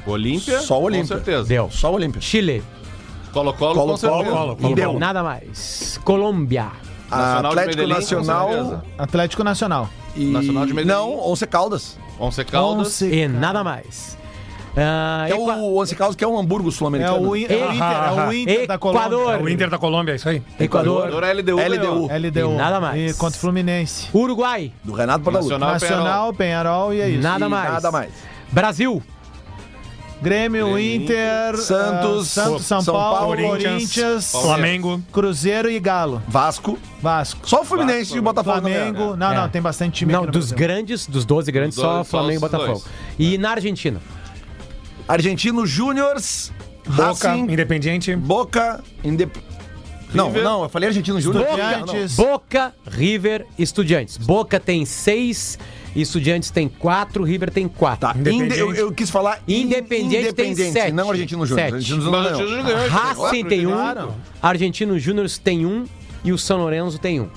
[SPEAKER 4] Olímpia.
[SPEAKER 1] Só o Olímpia.
[SPEAKER 4] Com certeza.
[SPEAKER 5] deu.
[SPEAKER 1] Só o Olímpia.
[SPEAKER 5] Chile,
[SPEAKER 4] Colo-Colo, com certeza.
[SPEAKER 1] Colo-Colo.
[SPEAKER 5] e
[SPEAKER 1] Deu.
[SPEAKER 5] nada mais. Colômbia,
[SPEAKER 1] Ah,
[SPEAKER 4] Nacional de
[SPEAKER 1] Atlético
[SPEAKER 4] Medellín, com
[SPEAKER 1] Nacional.
[SPEAKER 4] certeza.
[SPEAKER 7] Atlético Nacional.
[SPEAKER 1] E...
[SPEAKER 4] Nacional de Medellín.
[SPEAKER 1] Não, Once Caldas.
[SPEAKER 4] Once Caldas.
[SPEAKER 5] e nada mais. Ah,
[SPEAKER 1] Que é
[SPEAKER 5] Equa-
[SPEAKER 1] o Once Caldas, que é um Hamburgo
[SPEAKER 7] É
[SPEAKER 1] sul-americano.
[SPEAKER 7] o, In- é o Inter, é o Inter da Colômbia.
[SPEAKER 5] Equador.
[SPEAKER 6] O Inter da Colômbia, é isso aí.
[SPEAKER 5] Equador,
[SPEAKER 4] Equador, LDU.
[SPEAKER 1] LDU.
[SPEAKER 7] LDU.
[SPEAKER 5] E nada mais.
[SPEAKER 7] E contra o Fluminense.
[SPEAKER 5] Uruguai,
[SPEAKER 1] Do Renato Portaluppi.
[SPEAKER 4] Nacional.
[SPEAKER 7] Nacional, Penharol, e é isso.
[SPEAKER 5] nada
[SPEAKER 1] E
[SPEAKER 5] mais.
[SPEAKER 1] Nada mais.
[SPEAKER 5] Brasil,
[SPEAKER 7] Grêmio,
[SPEAKER 4] Grêmio,
[SPEAKER 7] Inter,
[SPEAKER 1] Santos,
[SPEAKER 7] ah, Santos, São,
[SPEAKER 1] São
[SPEAKER 7] Paulo,
[SPEAKER 1] Paulo,
[SPEAKER 7] Corinthians,
[SPEAKER 6] Flamengo.
[SPEAKER 7] Cruzeiro e Galo.
[SPEAKER 1] Vasco.
[SPEAKER 7] Vasco.
[SPEAKER 1] Só o Fluminense e o Botafogo. não ganharam.
[SPEAKER 7] Flamengo. Não,
[SPEAKER 5] É.
[SPEAKER 7] não, tem bastante time
[SPEAKER 5] não,
[SPEAKER 7] aqui no
[SPEAKER 5] dos
[SPEAKER 7] Brasil.
[SPEAKER 5] grandes, dos 12 grandes,
[SPEAKER 4] Dos
[SPEAKER 5] só
[SPEAKER 4] dois, só
[SPEAKER 5] Flamengo e
[SPEAKER 4] os
[SPEAKER 5] Botafogo.
[SPEAKER 4] dois. É.
[SPEAKER 5] E na Argentina,
[SPEAKER 1] Argentino Júniors,
[SPEAKER 6] Boca,
[SPEAKER 1] Racing,
[SPEAKER 6] Independiente.
[SPEAKER 1] Boca, Indep... Não,
[SPEAKER 4] River.
[SPEAKER 1] não, eu falei Argentino Júnior.
[SPEAKER 7] Estudiantes.
[SPEAKER 5] Boca, River, Estudiantes. Boca tem seis, Estudiantes tem quatro, River tem quatro.
[SPEAKER 1] Tá, Inde- eu, eu quis falar in-
[SPEAKER 5] Independiente tem sete.
[SPEAKER 1] não Argentino Júnior.
[SPEAKER 5] Sete.
[SPEAKER 1] Argentino Júnior
[SPEAKER 4] Mas
[SPEAKER 1] não
[SPEAKER 4] o
[SPEAKER 1] ganhou.
[SPEAKER 4] Tio ganhou.
[SPEAKER 5] Racing Ah, tem um,
[SPEAKER 7] Claro.
[SPEAKER 5] Argentino Júnior tem um e o São Lourenço tem um.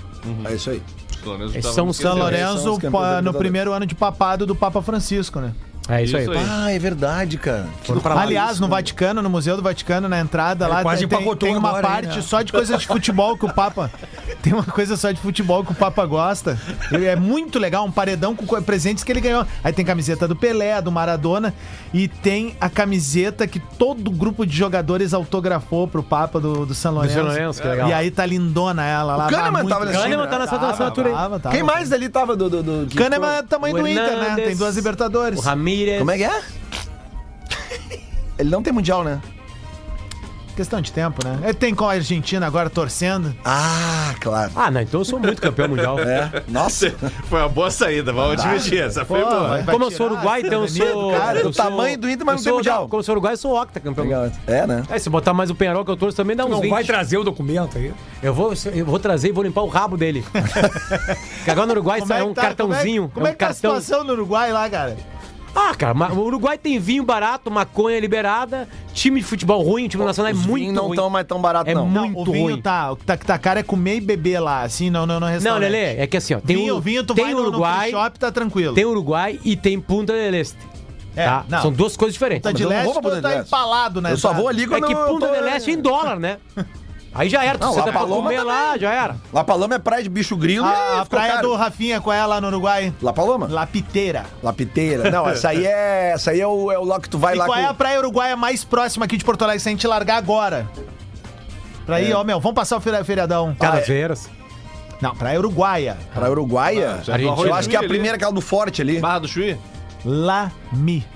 [SPEAKER 1] É isso aí.
[SPEAKER 5] Esses são
[SPEAKER 7] São
[SPEAKER 5] os São
[SPEAKER 1] São os
[SPEAKER 7] Lourenço
[SPEAKER 1] campeões
[SPEAKER 7] pá,
[SPEAKER 1] da
[SPEAKER 7] no
[SPEAKER 1] Libertadores.
[SPEAKER 7] primeiro ano de papado do Papa Francisco, né?
[SPEAKER 5] É isso,
[SPEAKER 4] Isso
[SPEAKER 5] aí.
[SPEAKER 4] aí.
[SPEAKER 1] Ah, é verdade, cara. Que do-
[SPEAKER 7] Aliás,
[SPEAKER 1] né?
[SPEAKER 7] no Vaticano, no Museu do Vaticano, na entrada lá,
[SPEAKER 6] quase
[SPEAKER 7] tem, tem,
[SPEAKER 6] empacotou
[SPEAKER 7] tem uma
[SPEAKER 6] agora, hein,
[SPEAKER 7] parte
[SPEAKER 6] né?
[SPEAKER 7] só de coisa de futebol que o Papa. Tem uma coisa só de futebol que o Papa gosta. Ele é muito legal, um paredão com co- presentes que ele ganhou. Aí tem camiseta do Pelé, do Maradona, e tem a camiseta que todo grupo de jogadores autografou pro Papa do, do São Lourenço.
[SPEAKER 5] São Lourenço, que legal.
[SPEAKER 7] E aí tá lindona ela lá.
[SPEAKER 1] Kahneman
[SPEAKER 7] Bah, muito
[SPEAKER 1] tava nesse
[SPEAKER 7] legal.
[SPEAKER 5] time, né? Tava,
[SPEAKER 7] tava, tava.
[SPEAKER 1] Quem mais dali tava do... do, do que
[SPEAKER 7] Kahneman
[SPEAKER 1] foi-
[SPEAKER 7] é tamanho
[SPEAKER 5] O
[SPEAKER 7] do Inter, né?
[SPEAKER 5] Tipo, Hernandes,
[SPEAKER 7] Tem duas Libertadores.
[SPEAKER 5] O Ramírez.
[SPEAKER 1] Como é que é? Ele não tem mundial, né?
[SPEAKER 7] Questão de tempo, né? Ele tem com a Argentina agora torcendo.
[SPEAKER 1] Ah, claro.
[SPEAKER 5] Ah, não, então eu sou muito campeão mundial.
[SPEAKER 1] É. Nossa.
[SPEAKER 4] Foi uma boa saída, vamos admitir. Essa foi
[SPEAKER 7] Pô,
[SPEAKER 4] boa.
[SPEAKER 7] vai- vai
[SPEAKER 5] Como eu sou
[SPEAKER 7] tirar a
[SPEAKER 5] uruguai, então eu
[SPEAKER 7] cidadania do
[SPEAKER 5] sou.
[SPEAKER 7] cara.
[SPEAKER 5] eu
[SPEAKER 1] do
[SPEAKER 5] sou-
[SPEAKER 1] tamanho do Inter, mas
[SPEAKER 5] eu
[SPEAKER 1] não tem
[SPEAKER 5] sou-
[SPEAKER 1] mundial.
[SPEAKER 5] Como eu sou uruguai, eu sou octa campeão.
[SPEAKER 1] Legal. É, né?
[SPEAKER 5] É, se botar mais o Penharol que eu torço também dá uns
[SPEAKER 6] Não
[SPEAKER 5] 20.
[SPEAKER 6] vai trazer o documento aí.
[SPEAKER 5] Eu vou, eu vou trazer e vou limpar o rabo dele. Porque agora no Uruguai
[SPEAKER 7] Como
[SPEAKER 5] sai
[SPEAKER 7] é que
[SPEAKER 5] um
[SPEAKER 7] tá-
[SPEAKER 5] cartãozinho.
[SPEAKER 7] Como é, como é
[SPEAKER 5] um
[SPEAKER 7] que tá a situação no Uruguai lá, cara?
[SPEAKER 5] Ah, cara, ma- o Uruguai tem vinho barato, maconha liberada, time de futebol ruim, o time nacional é
[SPEAKER 1] Os
[SPEAKER 5] muito
[SPEAKER 1] vinhos não
[SPEAKER 5] ruim.
[SPEAKER 1] tão mais tão barato,
[SPEAKER 5] É
[SPEAKER 1] não.
[SPEAKER 5] muito-
[SPEAKER 7] o vinho
[SPEAKER 5] ruim.
[SPEAKER 7] tá. O que tá, que tá caro é comer e beber lá, assim, não, não, não
[SPEAKER 5] Não,
[SPEAKER 7] restaurante.
[SPEAKER 5] Lelê, é que assim, ó, tem
[SPEAKER 7] vinho,
[SPEAKER 5] o
[SPEAKER 7] vinho, tu
[SPEAKER 5] tem
[SPEAKER 7] vai no-
[SPEAKER 5] Uruguai,
[SPEAKER 7] no shopping, tá tranquilo.
[SPEAKER 5] tem Uruguai e tem Punta del Este.
[SPEAKER 7] É,
[SPEAKER 5] tá?
[SPEAKER 7] não.
[SPEAKER 5] São duas coisas diferentes.
[SPEAKER 7] Tá de
[SPEAKER 1] eu não vou
[SPEAKER 7] leste,
[SPEAKER 1] pra
[SPEAKER 7] tu
[SPEAKER 1] Punta
[SPEAKER 7] tá
[SPEAKER 1] del Este.
[SPEAKER 7] empalado, né?
[SPEAKER 1] Eu só vou ali
[SPEAKER 5] é
[SPEAKER 1] quando
[SPEAKER 5] que
[SPEAKER 1] eu
[SPEAKER 5] Punta
[SPEAKER 1] tô-
[SPEAKER 5] del Este é em dólar, né? Aí já era, tu
[SPEAKER 1] Não,
[SPEAKER 5] senta
[SPEAKER 1] La
[SPEAKER 5] pra
[SPEAKER 1] Paloma
[SPEAKER 5] comer
[SPEAKER 1] também.
[SPEAKER 5] lá, já era.
[SPEAKER 1] La Paloma é praia de bicho grilo
[SPEAKER 7] Ah, A,
[SPEAKER 1] e
[SPEAKER 7] a
[SPEAKER 1] ficou
[SPEAKER 7] praia
[SPEAKER 1] caro.
[SPEAKER 7] do Rafinha, qual é lá no Uruguai?
[SPEAKER 1] La Paloma?
[SPEAKER 7] Lapiteira.
[SPEAKER 1] Lapiteira. Não, essa aí é. Essa aí é o, é o lá que tu vai
[SPEAKER 7] e
[SPEAKER 1] lá
[SPEAKER 7] qual é
[SPEAKER 1] com-
[SPEAKER 7] a praia uruguaia mais próxima aqui de Porto Alegre se a gente largar agora? Pra
[SPEAKER 1] É.
[SPEAKER 7] ir, ó, meu, vamos passar o feri- feriadão. Ah,
[SPEAKER 5] Caveiras.
[SPEAKER 7] Não, praia uruguaia.
[SPEAKER 1] Pra Uruguaia?
[SPEAKER 4] já é do
[SPEAKER 1] eu
[SPEAKER 4] Arroio
[SPEAKER 1] acho que é a
[SPEAKER 4] ali.
[SPEAKER 1] primeira, aquela do Forte ali.
[SPEAKER 4] Barra do Chuí?
[SPEAKER 7] Lami.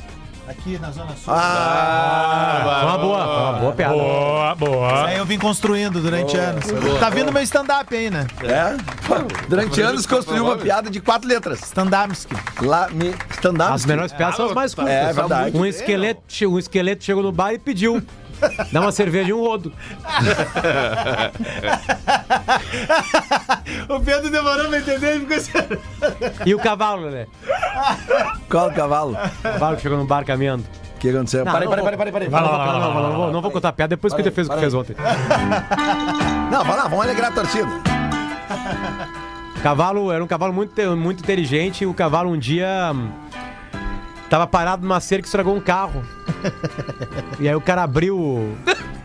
[SPEAKER 7] Aqui na Zona Sul.
[SPEAKER 1] Ah.
[SPEAKER 5] Ah, Foi uma boa, foi uma boa piada.
[SPEAKER 6] Boa, boa.
[SPEAKER 7] Aí eu vim construindo durante anos. tá vindo meu stand-up aí, né?
[SPEAKER 1] É. Pô, Durante anos construiu uma piada de quatro letras.
[SPEAKER 7] Stand-upski.
[SPEAKER 1] Lá me. Stand-up.
[SPEAKER 5] As melhores peças são as mais curtas.
[SPEAKER 1] É, é verdade.
[SPEAKER 5] Um esqueleto, che- um esqueleto chegou no bar e pediu. Dá uma cerveja e um rodo.
[SPEAKER 7] O Pedro demorou pra entender e ficou assim.
[SPEAKER 5] E o cavalo, né?
[SPEAKER 1] Qual o cavalo?
[SPEAKER 5] O cavalo que chegou no bar caminhando.
[SPEAKER 1] O que aconteceu?
[SPEAKER 5] Não,
[SPEAKER 1] Parei,
[SPEAKER 5] não
[SPEAKER 1] parei,
[SPEAKER 5] vou-
[SPEAKER 1] parei, parei, parei.
[SPEAKER 5] Vai lá, vai lá, vai lá, vai lá, não vou- Não vou contar piada depois que ele fez o que fez ontem.
[SPEAKER 1] Não, vai lá, vamos alegrar a torcida.
[SPEAKER 5] Cavalo era um cavalo muito, inte- muito inteligente. e O cavalo um dia hum, tava parado numa cerca e estragou um carro. E aí o cara abriu o.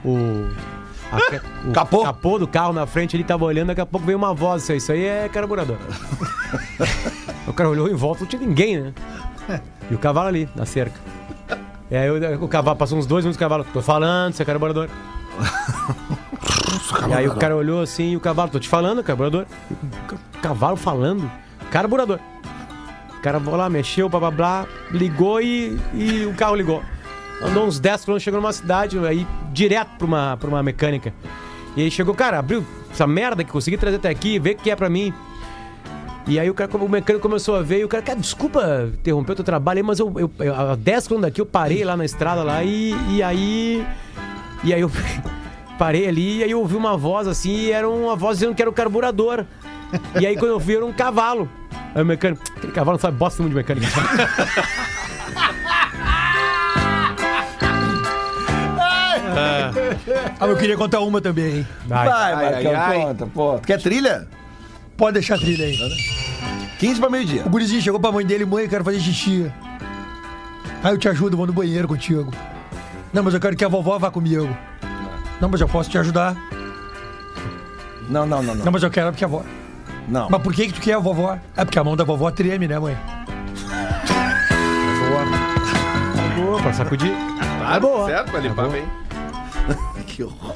[SPEAKER 5] o, a ca- o
[SPEAKER 1] Capô.
[SPEAKER 5] do carro na frente, ele tava olhando, daqui a pouco veio uma voz, isso aí, isso aí é carburador. o cara olhou em volta, não tinha ninguém, né? E o cavalo ali, na cerca. E aí o, o cavalo, passou uns dois minutos o cavalo, tô falando, você é carburador. E aí o cara olhou assim e o cavalo, tô te falando, carburador. O cavalo falando, carburador. O cara foi lá, mexeu, blá blá blá, ligou e, e o carro ligou. Andou uns 10 km, chegou numa cidade, aí direto pra uma, pra uma mecânica. E aí chegou, cara, abriu essa merda que consegui trazer até aqui, vê o que é pra mim. E aí o cara, o mecânico começou a ver, e o cara, cara, desculpa interromper o teu trabalho aí, mas eu, eu, eu a 10 km daqui eu parei lá na estrada lá e, e aí. E aí eu parei ali e aí eu ouvi uma voz assim, e era uma voz dizendo que era o carburador. E aí quando eu vi era um cavalo. Aí o mecânico, aquele cavalo não sabe bosta nenhuma de mecânica.
[SPEAKER 6] Ah, eu queria contar uma também, hein?
[SPEAKER 5] Ai,
[SPEAKER 1] Vai, Marcão,
[SPEAKER 4] ai, ai.
[SPEAKER 1] conta, pô. Quer trilha?
[SPEAKER 6] Pode deixar a trilha aí.
[SPEAKER 1] 15 pra meio-dia.
[SPEAKER 6] O gurizinho chegou pra mãe dele, mãe, eu quero fazer xixi. Aí eu te ajudo, vou no banheiro contigo. Não, mas eu quero que a vovó vá comigo. Não, mas eu posso te ajudar.
[SPEAKER 1] Não, não, não, não.
[SPEAKER 6] Não, mas eu quero porque a vovó.
[SPEAKER 1] Não.
[SPEAKER 6] Mas por que que tu quer a vovó? É porque a mão da vovó treme, né, mãe?
[SPEAKER 5] boa, pra sacudir.
[SPEAKER 4] Tá
[SPEAKER 5] boa.
[SPEAKER 4] certo, pra limpar bem.
[SPEAKER 1] Que horror.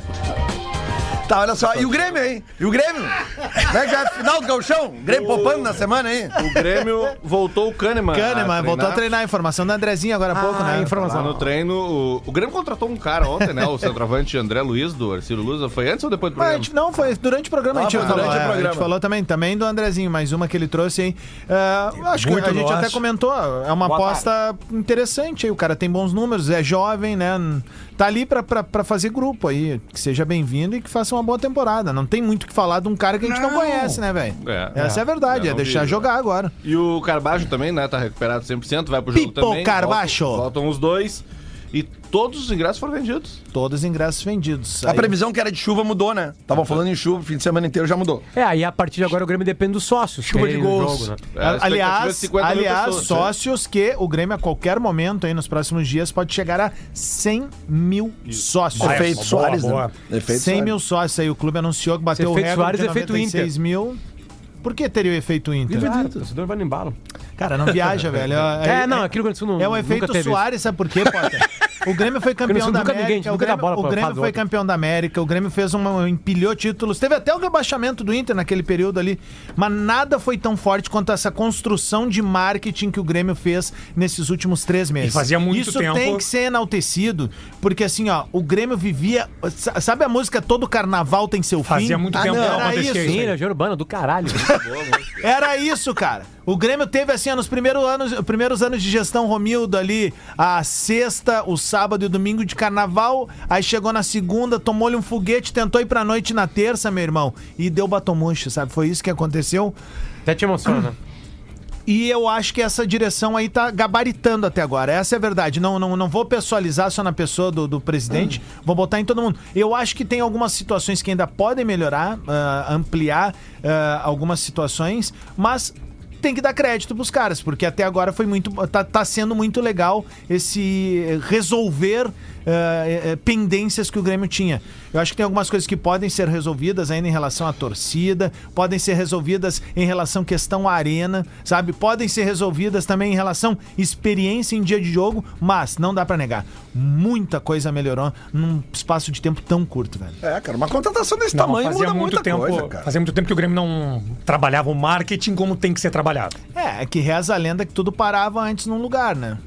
[SPEAKER 1] Tá, olha só. E o Grêmio, hein? E o Grêmio? Como é que vai final do gauchão? Grêmio poupando na semana, hein?
[SPEAKER 4] O Grêmio voltou o Kahneman.
[SPEAKER 7] Kahneman, voltou a treinar a informação da Andrezinha agora
[SPEAKER 1] Ah,
[SPEAKER 7] há pouco, né?
[SPEAKER 4] Lá no treino, o, o Grêmio contratou um cara ontem, né? O centroavante André Luiz, do Arcílio Lusa. Foi antes ou depois do
[SPEAKER 7] Mas a
[SPEAKER 4] programa?
[SPEAKER 7] gente- não, foi durante o programa. a gente
[SPEAKER 1] Ah, foi
[SPEAKER 7] falou,
[SPEAKER 1] durante o
[SPEAKER 7] é, A
[SPEAKER 1] programa.
[SPEAKER 7] gente falou também, também do Andrezinho, mais uma que ele trouxe aí. Ah, eu acho
[SPEAKER 1] Muito
[SPEAKER 7] que a gente
[SPEAKER 1] bom,
[SPEAKER 7] até
[SPEAKER 1] acho.
[SPEAKER 7] comentou, é uma aposta interessante aí. O cara tem bons números, é jovem, né? Tá ali pra, pra, pra fazer grupo aí. Que seja bem-vindo e que faça uma boa temporada. Não tem muito o que falar de um cara que a gente não, conhece, né, velho?
[SPEAKER 4] É.
[SPEAKER 7] Essa é a verdade, é
[SPEAKER 4] É, não
[SPEAKER 7] deixar
[SPEAKER 4] vi,
[SPEAKER 7] jogar agora.
[SPEAKER 4] E o Carbacho também, né? Tá recuperado 100%, vai pro jogo
[SPEAKER 7] Pipo
[SPEAKER 4] também.
[SPEAKER 7] Carbacho.
[SPEAKER 4] Faltam, faltam os dois. E todos os ingressos foram vendidos.
[SPEAKER 7] Todos os ingressos vendidos.
[SPEAKER 1] A
[SPEAKER 7] Aí-
[SPEAKER 1] previsão que era de chuva mudou, né? Estavam falando em chuva, o fim de semana inteiro já mudou.
[SPEAKER 5] É, aí a partir de agora o Grêmio depende dos sócios.
[SPEAKER 6] Chuva de
[SPEAKER 5] terem no
[SPEAKER 6] gols.
[SPEAKER 5] jogo, né?
[SPEAKER 4] É, a expectativa é
[SPEAKER 7] aliás,
[SPEAKER 4] 50 mil
[SPEAKER 7] aliás
[SPEAKER 4] pessoas, né?
[SPEAKER 7] sócios que o Grêmio a qualquer momento aí nos próximos dias pode chegar a 100 mil sócios.
[SPEAKER 1] Efeito
[SPEAKER 3] boa,
[SPEAKER 1] Soares,
[SPEAKER 3] boa.
[SPEAKER 1] né? Efeito
[SPEAKER 7] 100
[SPEAKER 1] Soares.
[SPEAKER 7] mil sócios aí. O clube anunciou que bateu o
[SPEAKER 5] efeito
[SPEAKER 7] recorde
[SPEAKER 5] Soares
[SPEAKER 7] de
[SPEAKER 5] é efeito
[SPEAKER 7] 96 mil. Por que teria o efeito Inter?
[SPEAKER 5] Claro, o torcedor vai no embalo.
[SPEAKER 7] Cara, não viaja, velho.
[SPEAKER 5] É, não, aqui no Rio Grande do Sul não-
[SPEAKER 7] É um
[SPEAKER 5] nunca
[SPEAKER 7] efeito
[SPEAKER 5] teve isso.
[SPEAKER 7] Soares, sabe por quê, Potter? O Grêmio foi
[SPEAKER 5] Grande do
[SPEAKER 7] campeão
[SPEAKER 5] Sul
[SPEAKER 7] da
[SPEAKER 5] nunca
[SPEAKER 7] América.
[SPEAKER 5] ninguém,
[SPEAKER 7] o
[SPEAKER 5] nunca dá
[SPEAKER 7] Grêmio,
[SPEAKER 5] bola
[SPEAKER 7] o
[SPEAKER 5] pra né?
[SPEAKER 7] Grêmio
[SPEAKER 5] fase
[SPEAKER 7] foi
[SPEAKER 5] outra.
[SPEAKER 7] campeão da América. O Grêmio fez um, empilhou títulos. Teve até o rebaixamento do Inter naquele período ali. Mas nada foi tão forte quanto essa construção de marketing que o Grêmio fez nesses últimos três meses.
[SPEAKER 6] E fazia muito
[SPEAKER 7] Isso
[SPEAKER 6] tempo.
[SPEAKER 7] tem que ser enaltecido, porque assim, ó, o Grêmio vivia. sa- Sabe a música Todo Carnaval tem seu fim? Ah,
[SPEAKER 6] Fazia muito tempo
[SPEAKER 7] não,
[SPEAKER 6] que não
[SPEAKER 7] era
[SPEAKER 6] acontecia
[SPEAKER 7] isso.
[SPEAKER 6] isso.
[SPEAKER 5] Sim, Legião Urbana, do caralho.
[SPEAKER 7] Era isso, cara. O Grêmio teve assim, ó, nos primeiros anos, primeiros anos de gestão Romildo ali, a sexta, o sábado e o domingo de carnaval, aí chegou na segunda, tomou-lhe um foguete, tentou ir pra noite na terça, meu irmão, e deu batomucho, sabe? Foi isso que aconteceu.
[SPEAKER 5] Até te emociona, né?
[SPEAKER 7] E eu acho que essa direção aí tá gabaritando até agora. Essa é a verdade. Não, não, não vou pessoalizar só na pessoa do, do presidente, vou botar em todo mundo. Eu acho que tem algumas situações que ainda podem melhorar, ah, ampliar ah, algumas situações, mas tem que dar crédito pros caras, porque até agora foi muito. tá, tá sendo muito legal esse eh, resolver ah, eh, eh, pendências que o Grêmio tinha. Eu acho que tem algumas coisas que podem ser resolvidas ainda em relação à torcida, podem ser resolvidas em relação à questão à arena, sabe? Podem ser resolvidas também em relação à experiência em dia de jogo, mas não dá pra negar. Muita coisa melhorou num espaço de tempo tão curto, velho.
[SPEAKER 1] É, cara, uma contratação desse
[SPEAKER 6] Não,
[SPEAKER 1] tamanho
[SPEAKER 6] fazia
[SPEAKER 1] muda
[SPEAKER 6] muito
[SPEAKER 1] muita
[SPEAKER 6] tempo.
[SPEAKER 1] coisa, cara.
[SPEAKER 6] fazia muito tempo que o Grêmio não trabalhava o marketing como tem que ser trabalhado.
[SPEAKER 7] É, é que reza a lenda que tudo parava antes num lugar, né?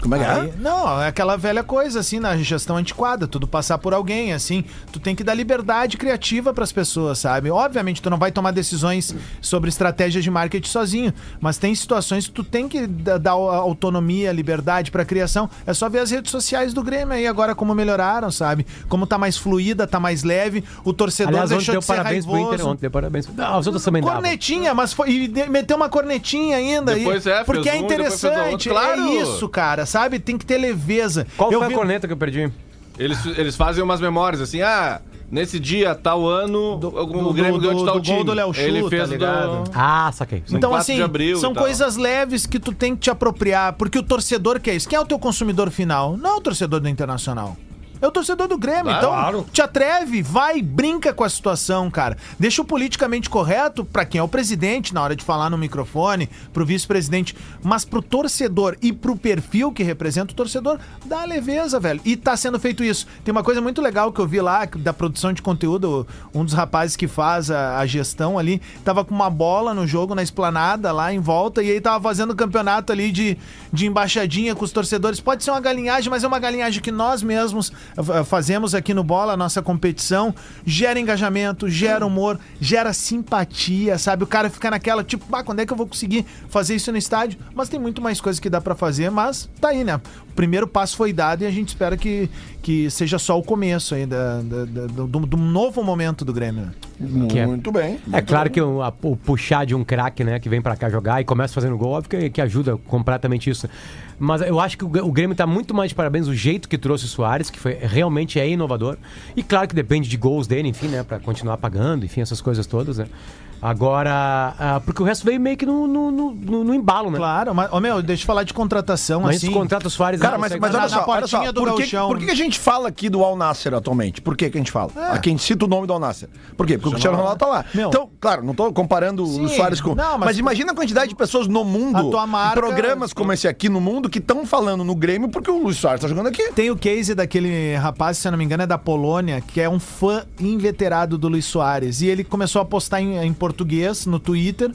[SPEAKER 1] Como é que
[SPEAKER 7] Aí-
[SPEAKER 1] é?
[SPEAKER 7] não, é aquela velha coisa, assim, na gestão antiquada, tudo passar por alguém, assim. Tu tem que dar liberdade criativa pras pessoas, sabe? Obviamente, tu não vai tomar decisões sobre estratégias de marketing sozinho, mas tem situações que tu tem que da- dar au- autonomia, liberdade pra criação. É só ver as redes sociais do Grêmio aí agora como melhoraram, sabe? Como tá mais fluida, tá mais leve, o torcedor
[SPEAKER 5] Aliás, ontem
[SPEAKER 7] deixou
[SPEAKER 5] deu
[SPEAKER 7] de ser
[SPEAKER 5] parabéns pro
[SPEAKER 7] raivoso.
[SPEAKER 5] Inter, ontem deu parabéns. Não, os outros também davam.
[SPEAKER 7] Cornetinha, mas foi, e de- meteu uma cornetinha ainda. e-
[SPEAKER 4] Depois é, fez
[SPEAKER 7] porque é
[SPEAKER 4] um, depois fez
[SPEAKER 7] interessante.
[SPEAKER 4] outro. Claro.
[SPEAKER 7] É isso, cara, sabe? Tem que ter leveza.
[SPEAKER 5] Qual
[SPEAKER 7] eu
[SPEAKER 5] foi
[SPEAKER 7] vi-
[SPEAKER 5] a corneta que eu perdi?
[SPEAKER 4] Eles, eles fazem umas memórias assim, ah, nesse dia, tal ano,
[SPEAKER 7] Do-
[SPEAKER 4] algum-
[SPEAKER 7] do-
[SPEAKER 4] o Grêmio
[SPEAKER 7] do-
[SPEAKER 4] ganhou de
[SPEAKER 7] do-
[SPEAKER 4] tal
[SPEAKER 7] do gol
[SPEAKER 4] time.
[SPEAKER 7] do Léo Chu,
[SPEAKER 4] Ele
[SPEAKER 7] tá
[SPEAKER 4] fez
[SPEAKER 7] ligado?
[SPEAKER 4] do...
[SPEAKER 5] Ah, saquei.
[SPEAKER 4] Em
[SPEAKER 7] Então,
[SPEAKER 4] 4
[SPEAKER 7] assim,
[SPEAKER 4] de abril
[SPEAKER 7] são
[SPEAKER 4] e tal.
[SPEAKER 7] coisas leves que tu tem que te apropriar, porque o torcedor quer isso. Quem é o teu consumidor final? Não é o torcedor do Internacional. É o torcedor do Grêmio. então,
[SPEAKER 4] Claro.
[SPEAKER 7] te atreve, vai, brinca com a situação, cara. Deixa o politicamente correto pra quem é o presidente na hora de falar no microfone, pro vice-presidente, mas pro torcedor e pro perfil que representa o torcedor, dá leveza, velho. E tá sendo feito isso. Tem uma coisa muito legal que eu vi lá da produção de conteúdo, um dos rapazes que faz a, a gestão ali, tava com uma bola no jogo na esplanada lá em volta e aí tava fazendo campeonato ali de, de embaixadinha com os torcedores. Pode ser uma galinhagem, mas é uma galinhagem que nós mesmos eh, fazemos aqui no Bola, a nossa competição, gera engajamento, gera humor, gera simpatia, sabe? O cara fica naquela, tipo, ah, quando é que eu vou conseguir fazer isso no estádio? Mas tem muito mais coisa que dá pra fazer, mas tá aí, né? O primeiro passo foi dado e a gente espera que, que seja só o começo aí da, da- da- do, do novo momento do Grêmio. né?
[SPEAKER 5] Que é-
[SPEAKER 1] Muito bem.
[SPEAKER 5] É claro que o, a- o puxar de um craque, né, que vem pra cá jogar e começa fazendo gol, óbvio que, que ajuda completamente isso. Mas eu acho que o, Gr- o Grêmio tá muito mais de parabéns o jeito que trouxe o Soares, que foi, realmente é inovador. E claro que depende de gols dele, enfim, né, pra continuar pagando, enfim, essas coisas todas, né. Agora, ah, porque o resto veio meio que no, no, no- no- no embalo, né?
[SPEAKER 7] Claro, mas, ô meu, deixa eu falar de contratação
[SPEAKER 5] Mas
[SPEAKER 7] assim.
[SPEAKER 5] tu contrata o Soares...
[SPEAKER 1] Cara,
[SPEAKER 5] não
[SPEAKER 1] mas,
[SPEAKER 5] consegue
[SPEAKER 1] mas
[SPEAKER 5] fazer
[SPEAKER 1] olha
[SPEAKER 7] tá na
[SPEAKER 1] só, olha só.
[SPEAKER 7] portinha do
[SPEAKER 1] Por, que,
[SPEAKER 7] gauchão.
[SPEAKER 1] por que que a gente fala aqui do Al Nasser atualmente? Por que, que a gente fala? A quem cita o nome do Al Nasser. Por quê? Porque o Cristiano Ronaldo tá lá.
[SPEAKER 7] É. Meu.
[SPEAKER 1] Então, claro, não tô comparando o
[SPEAKER 7] Sim,
[SPEAKER 1] Soares com...
[SPEAKER 7] não,
[SPEAKER 1] mas,
[SPEAKER 7] mas-
[SPEAKER 1] imagina a quantidade de pessoas no mundo,
[SPEAKER 7] A tua
[SPEAKER 1] em
[SPEAKER 7] marca-
[SPEAKER 1] programas como esse aqui no mundo, que estão falando no Grêmio porque o Luiz Soares tá jogando aqui.
[SPEAKER 7] Tem o case daquele rapaz, se eu não me engano, é da Polônia, que é um fã inveterado do Luiz Soares. E ele começou a postar em, em português no Twitter.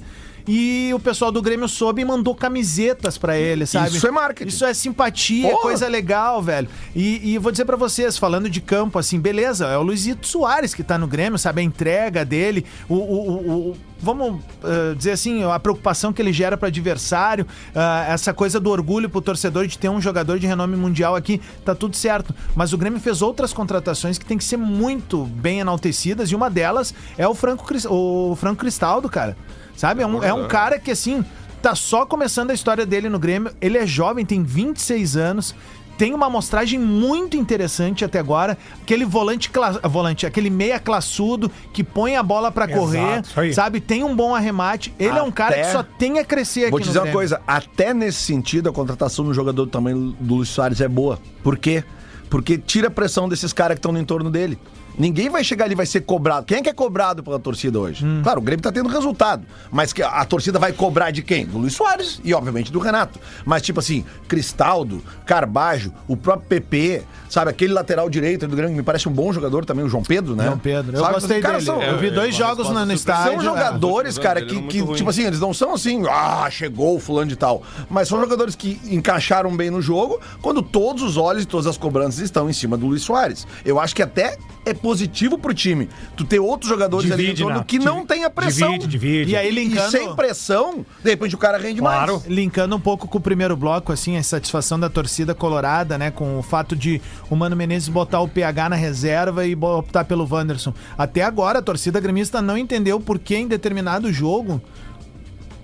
[SPEAKER 7] E o pessoal do Grêmio soube e mandou camisetas pra ele, sabe?
[SPEAKER 1] Isso é marketing.
[SPEAKER 7] Isso é simpatia,
[SPEAKER 1] Porra.
[SPEAKER 7] coisa legal, velho. E, e vou dizer pra vocês, falando de campo, assim, beleza, é o Luizito Soares que tá no Grêmio, sabe? A entrega dele, o. o- o- o- Vamos eh, dizer assim, a preocupação que ele gera para adversário, ah, essa coisa do orgulho pro torcedor de ter um jogador de renome mundial aqui, tá tudo certo. Mas o Grêmio fez outras contratações que tem que ser muito bem enaltecidas, e uma delas é o Franco, Cris- o Franco Cristaldo, cara. Sabe? É um, é um cara que, assim, tá só começando a história dele no Grêmio. Ele é jovem, tem 26 anos. Tem uma amostragem muito interessante até agora. Aquele volante, cla- volante aquele meia classudo que põe a bola pra correr,
[SPEAKER 3] isso aí.
[SPEAKER 7] sabe? Tem um bom arremate. Ele é um cara que
[SPEAKER 1] Até-
[SPEAKER 7] só tem a crescer aqui
[SPEAKER 1] Vou te
[SPEAKER 7] no
[SPEAKER 1] dizer uma
[SPEAKER 7] Grêmio.
[SPEAKER 1] coisa, até nesse sentido, a contratação do jogador do tamanho do Luiz Soares é boa. Por quê? Porque tira a pressão desses caras que estão no entorno dele. Ninguém vai chegar ali e vai ser cobrado. Quem é que é cobrado pela torcida hoje?
[SPEAKER 7] Hum.
[SPEAKER 1] Claro, o Grêmio tá tendo resultado. Mas que a- a torcida vai cobrar de quem? Do Luiz Soares e, obviamente, do Renato. Mas, tipo assim, Cristaldo, Carbajo, o próprio PP, sabe? Aquele lateral direito do Grêmio que me parece um bom jogador também, o João Pedro, né?
[SPEAKER 7] Não, Pedro, eu
[SPEAKER 1] Sabe? Os
[SPEAKER 7] gostei
[SPEAKER 1] caras
[SPEAKER 7] dele.
[SPEAKER 1] são-
[SPEAKER 7] eu
[SPEAKER 3] É,
[SPEAKER 7] vi dois jogos no, no
[SPEAKER 3] um
[SPEAKER 7] estádio.
[SPEAKER 1] são jogadores,
[SPEAKER 4] é.
[SPEAKER 1] cara,
[SPEAKER 4] Eles
[SPEAKER 1] que,
[SPEAKER 4] eram
[SPEAKER 1] que,
[SPEAKER 4] muito ruins.
[SPEAKER 1] tipo assim, eles não são assim, ah, chegou o fulano de tal. Mas são jogadores que encaixaram bem no jogo quando todos os olhos e todas as cobranças estão em cima do Luiz Soares. Eu acho que até é positivo pro time tu ter outros jogadores ali em
[SPEAKER 3] Divide,
[SPEAKER 1] torno
[SPEAKER 3] né?
[SPEAKER 1] que não
[SPEAKER 3] Divi-
[SPEAKER 1] tenha pressão.
[SPEAKER 3] Divide, divide.
[SPEAKER 7] E aí,
[SPEAKER 1] E sem pressão, de repente o cara rende
[SPEAKER 3] Claro.
[SPEAKER 1] mais.
[SPEAKER 7] Linkando um pouco com o primeiro bloco, assim, a satisfação da torcida colorada, né? Com o fato de o Mano Menezes botar o PH na reserva e bo- optar pelo Wanderson. Até agora, a torcida gremista não entendeu por que em determinado jogo.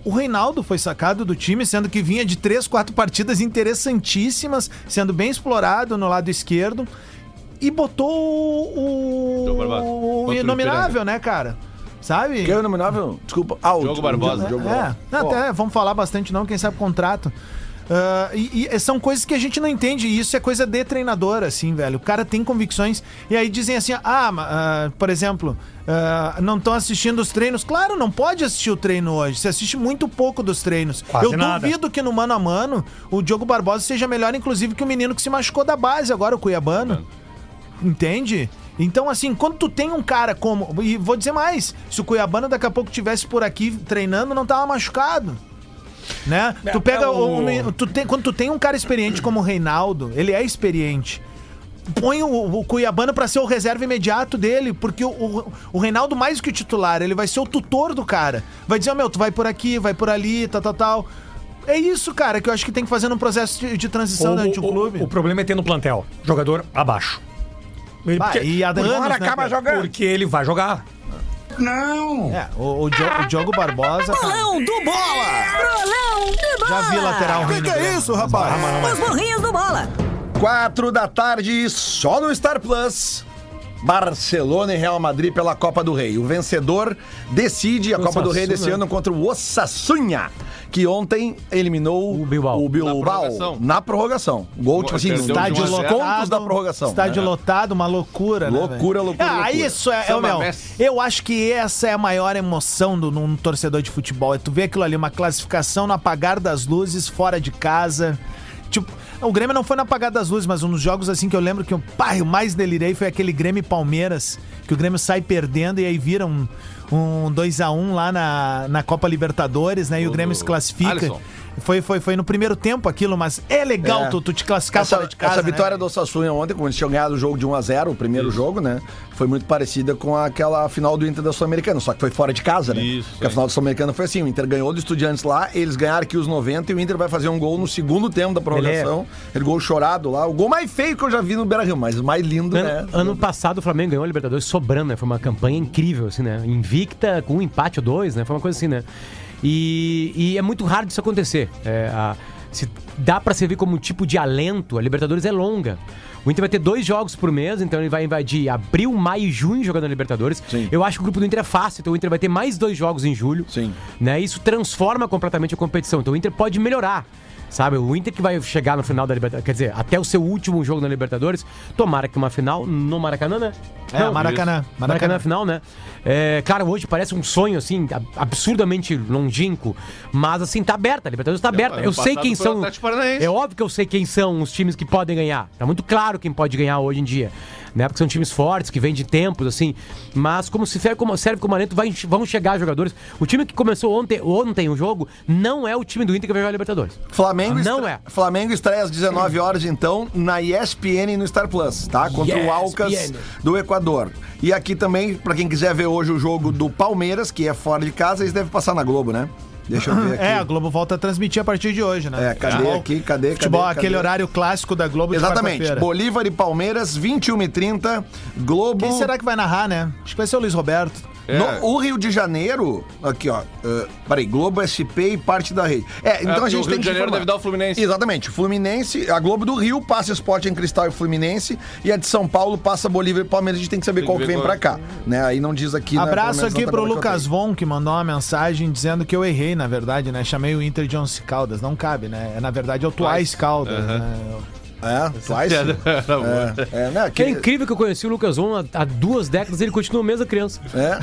[SPEAKER 7] O Reinaldo foi sacado do time, sendo que vinha de três, quatro partidas interessantíssimas, sendo bem explorado no lado esquerdo. E botou o.
[SPEAKER 4] Diogo Barbosa.
[SPEAKER 7] o
[SPEAKER 4] Contra o
[SPEAKER 7] inominável, né, cara? Sabe?
[SPEAKER 1] Que é o inominável? Desculpa. Ah, o
[SPEAKER 4] Diogo
[SPEAKER 1] Diogo
[SPEAKER 4] Barbosa.
[SPEAKER 1] Diogo
[SPEAKER 7] É,
[SPEAKER 1] Barbosa.
[SPEAKER 7] não,
[SPEAKER 1] Ó,
[SPEAKER 7] até vamos falar bastante não, quem sabe contrato. Ah, e, e são coisas que a gente não entende, e isso é coisa de treinador, assim, velho. O cara tem convicções, e aí dizem assim: ah, ma- ah, por exemplo, ah, não estão assistindo os treinos. Claro, não pode assistir o treino hoje, você assiste muito pouco dos treinos.
[SPEAKER 3] Quase
[SPEAKER 7] Eu
[SPEAKER 3] nada.
[SPEAKER 7] duvido que no mano a mano o Diogo Barbosa seja melhor, inclusive, que o menino que se machucou da base agora, o Cuiabano. Entende? Então, assim, quando tu tem um cara como. E vou dizer mais: se o Cuiabano daqui a pouco tivesse por aqui treinando, não tava machucado. né?
[SPEAKER 6] É,
[SPEAKER 7] tu pega
[SPEAKER 6] é o-
[SPEAKER 7] um- tu tem, quando tu tem um cara experiente como o Reinaldo, ele é experiente. Põe o, o Cuiabano pra ser o reserva imediato dele, porque o, o, o Reinaldo, mais do que o titular, ele vai ser o tutor do cara. Vai dizer, ó, meu, tu vai por aqui, vai por ali, tal, tal, tal. É isso, cara, que eu acho que tem que fazer num processo de, de transição
[SPEAKER 6] o,
[SPEAKER 7] durante o,
[SPEAKER 6] o-
[SPEAKER 7] clube.
[SPEAKER 6] o problema é ter no plantel. Jogador abaixo. E
[SPEAKER 7] Bah,
[SPEAKER 6] porque-
[SPEAKER 7] e há
[SPEAKER 6] porque-
[SPEAKER 7] anos, né, cara?
[SPEAKER 6] Porque ele vai jogar.
[SPEAKER 7] É, o, o, Diogo- o Diogo Barbosa. cara,
[SPEAKER 10] do Bola! Bolão do Bola!
[SPEAKER 7] já vi
[SPEAKER 1] É um Ah,
[SPEAKER 7] lateral ruim. no Grêmio.
[SPEAKER 10] rapaz? Os burrinhos do Bola!
[SPEAKER 1] Quatro da tarde, só no Star Plus. Barcelona e Real Madrid pela Copa do Rei. O vencedor decide a Copa do Rei desse ano contra o Osasunha, que ontem eliminou
[SPEAKER 5] O Bilbao.
[SPEAKER 4] Na
[SPEAKER 1] Bilbao
[SPEAKER 4] prorrogação.
[SPEAKER 1] na prorrogação. Gol, tipo assim,
[SPEAKER 4] Perdeu de
[SPEAKER 1] estádio
[SPEAKER 7] Estádio
[SPEAKER 4] um a
[SPEAKER 1] os
[SPEAKER 4] zero.
[SPEAKER 1] contos da prorrogação.
[SPEAKER 7] Ah, Estádio
[SPEAKER 1] né?
[SPEAKER 7] lotado, uma loucura, né?
[SPEAKER 1] Loucura,
[SPEAKER 7] velho?
[SPEAKER 1] loucura,
[SPEAKER 7] Ah,
[SPEAKER 1] loucura.
[SPEAKER 7] isso é, é o
[SPEAKER 4] Samba
[SPEAKER 7] meu.
[SPEAKER 4] Messi.
[SPEAKER 7] Eu acho que essa é a maior emoção do num torcedor de futebol. É tu ver aquilo ali, uma classificação no apagar das luzes, fora de casa. Tipo, o Grêmio não foi no apagar das luzes, mas um dos jogos assim que eu lembro que eu, pá, eu mais delirei foi aquele Grêmio e Palmeiras, que o Grêmio sai perdendo e aí vira um, um 2x1 lá na, na Copa Libertadores, né? E o
[SPEAKER 4] Gol
[SPEAKER 7] Grêmio
[SPEAKER 4] do
[SPEAKER 7] se classifica.
[SPEAKER 4] Alisson.
[SPEAKER 7] Foi, foi, foi no primeiro tempo aquilo, mas é legal
[SPEAKER 1] É.
[SPEAKER 7] tu, tu te classificar
[SPEAKER 1] essa,
[SPEAKER 7] fora de casa.
[SPEAKER 1] essa
[SPEAKER 7] né,
[SPEAKER 1] vitória
[SPEAKER 7] velho?
[SPEAKER 1] do Osasunha ontem, quando eles tinham ganhado o jogo de 1x0, o primeiro jogo, né? Foi muito parecida com aquela final do Inter da Sul-Americana, só que foi fora de casa, né?
[SPEAKER 4] Isso,
[SPEAKER 1] Porque a
[SPEAKER 4] é.
[SPEAKER 1] final da Sul-Americana foi assim: o Inter ganhou do Estudiantes lá, eles ganharam aqui os 90 e o Inter vai fazer um gol no segundo tempo da prorrogação. Ele gol chorado lá. O gol mais feio que eu já vi no Beira Rio, mas o mais lindo, né?
[SPEAKER 5] Ano, ano passado o Flamengo ganhou a Libertadores sobrando, né? Foi uma campanha incrível, assim, né? Invicta, com um empate ou dois, né? Foi uma coisa assim, né? E, e é muito raro disso acontecer. É, a- se dá pra servir como um tipo de alento, a Libertadores é longa. O Inter vai ter dois jogos por mês, então ele vai invadir abril, maio e junho jogando a Libertadores. Eu acho que o grupo do Inter é fácil, então o Inter vai ter mais dois jogos em julho.
[SPEAKER 1] Sim.
[SPEAKER 5] Né? Isso transforma completamente a competição. Então o Inter pode melhorar. Sabe, o Inter que vai chegar no final da Libertadores, quer dizer, até o seu último jogo na Libertadores, tomara que uma final no Maracanã, né?
[SPEAKER 7] É, Maracanã.
[SPEAKER 5] Maracanã, Maracanã
[SPEAKER 7] Maracanã.
[SPEAKER 5] final, né? É, claro, hoje parece um sonho, assim, ab- absurdamente longínquo, mas, assim, tá aberta, a Libertadores tá aberta.
[SPEAKER 4] É, ano
[SPEAKER 5] Eu sei
[SPEAKER 4] passado
[SPEAKER 5] quem
[SPEAKER 4] foi o
[SPEAKER 5] são...
[SPEAKER 4] Atlético Paranaense.
[SPEAKER 5] É óbvio que eu sei quem são os times que podem ganhar. Tá muito claro quem pode ganhar hoje em dia, né? Porque são times fortes, que vêm de tempos, assim, mas como se serve como, serve como alento, vai- vão chegar jogadores. O time que começou ontem, ontem o jogo não é o time do Inter que vai jogar a Libertadores.
[SPEAKER 1] Flamengo,
[SPEAKER 7] Ah,
[SPEAKER 5] Não
[SPEAKER 1] estre-
[SPEAKER 5] é.
[SPEAKER 1] Flamengo estreia às 19 horas, então, na ESPN e no Star Plus, tá? Contra o Alcas
[SPEAKER 5] ESPN.
[SPEAKER 1] do Equador. E aqui também, pra quem quiser ver hoje o jogo do Palmeiras, que é fora de casa, eles devem passar na Globo, né? Deixa eu ver aqui.
[SPEAKER 7] É, a Globo volta a transmitir a partir de hoje, né?
[SPEAKER 1] É, cadê aqui? Cadê, cadê,
[SPEAKER 7] Futebol, é
[SPEAKER 1] cadê?
[SPEAKER 7] aquele horário clássico da Globo de
[SPEAKER 1] Exatamente.
[SPEAKER 7] quarta-feira.
[SPEAKER 1] Bolívar e Palmeiras, 21h30, Globo.
[SPEAKER 7] Quem será É. que vai narrar, né? Acho que vai ser o Luiz Roberto.
[SPEAKER 1] No- o Rio de Janeiro, aqui ó, eh, peraí, Globo SP e parte da rede. É, então
[SPEAKER 4] porque
[SPEAKER 1] a gente tem
[SPEAKER 4] o Rio de
[SPEAKER 1] que
[SPEAKER 4] Janeiro
[SPEAKER 1] informar.
[SPEAKER 4] deve dar o Fluminense.
[SPEAKER 1] Exatamente, o Fluminense, a Globo do Rio passa Esporte em Cristal e Fluminense e a de São Paulo passa Bolívar e Palmeiras. A gente tem que saber
[SPEAKER 4] Tem
[SPEAKER 1] qual
[SPEAKER 4] que
[SPEAKER 1] que
[SPEAKER 4] ver
[SPEAKER 1] vem
[SPEAKER 4] qual
[SPEAKER 1] pra
[SPEAKER 4] é.
[SPEAKER 1] cá, né? Aí não diz aqui. né,
[SPEAKER 7] Abraço
[SPEAKER 1] pelo menos
[SPEAKER 7] aqui
[SPEAKER 1] na
[SPEAKER 7] pro
[SPEAKER 1] tabela que eu
[SPEAKER 7] Lucas Von, que mandou uma mensagem dizendo que eu errei, na verdade, né? Chamei o Inter de Once Caldas. Não cabe, né? É, Na verdade, é o Twice Caldas. né?
[SPEAKER 1] tenho. É, faz. É, é, né?
[SPEAKER 5] Que é
[SPEAKER 1] Que,
[SPEAKER 5] incrível que eu conheci o Lucas On há, há duas décadas e ele continua a mesma criança.
[SPEAKER 1] é.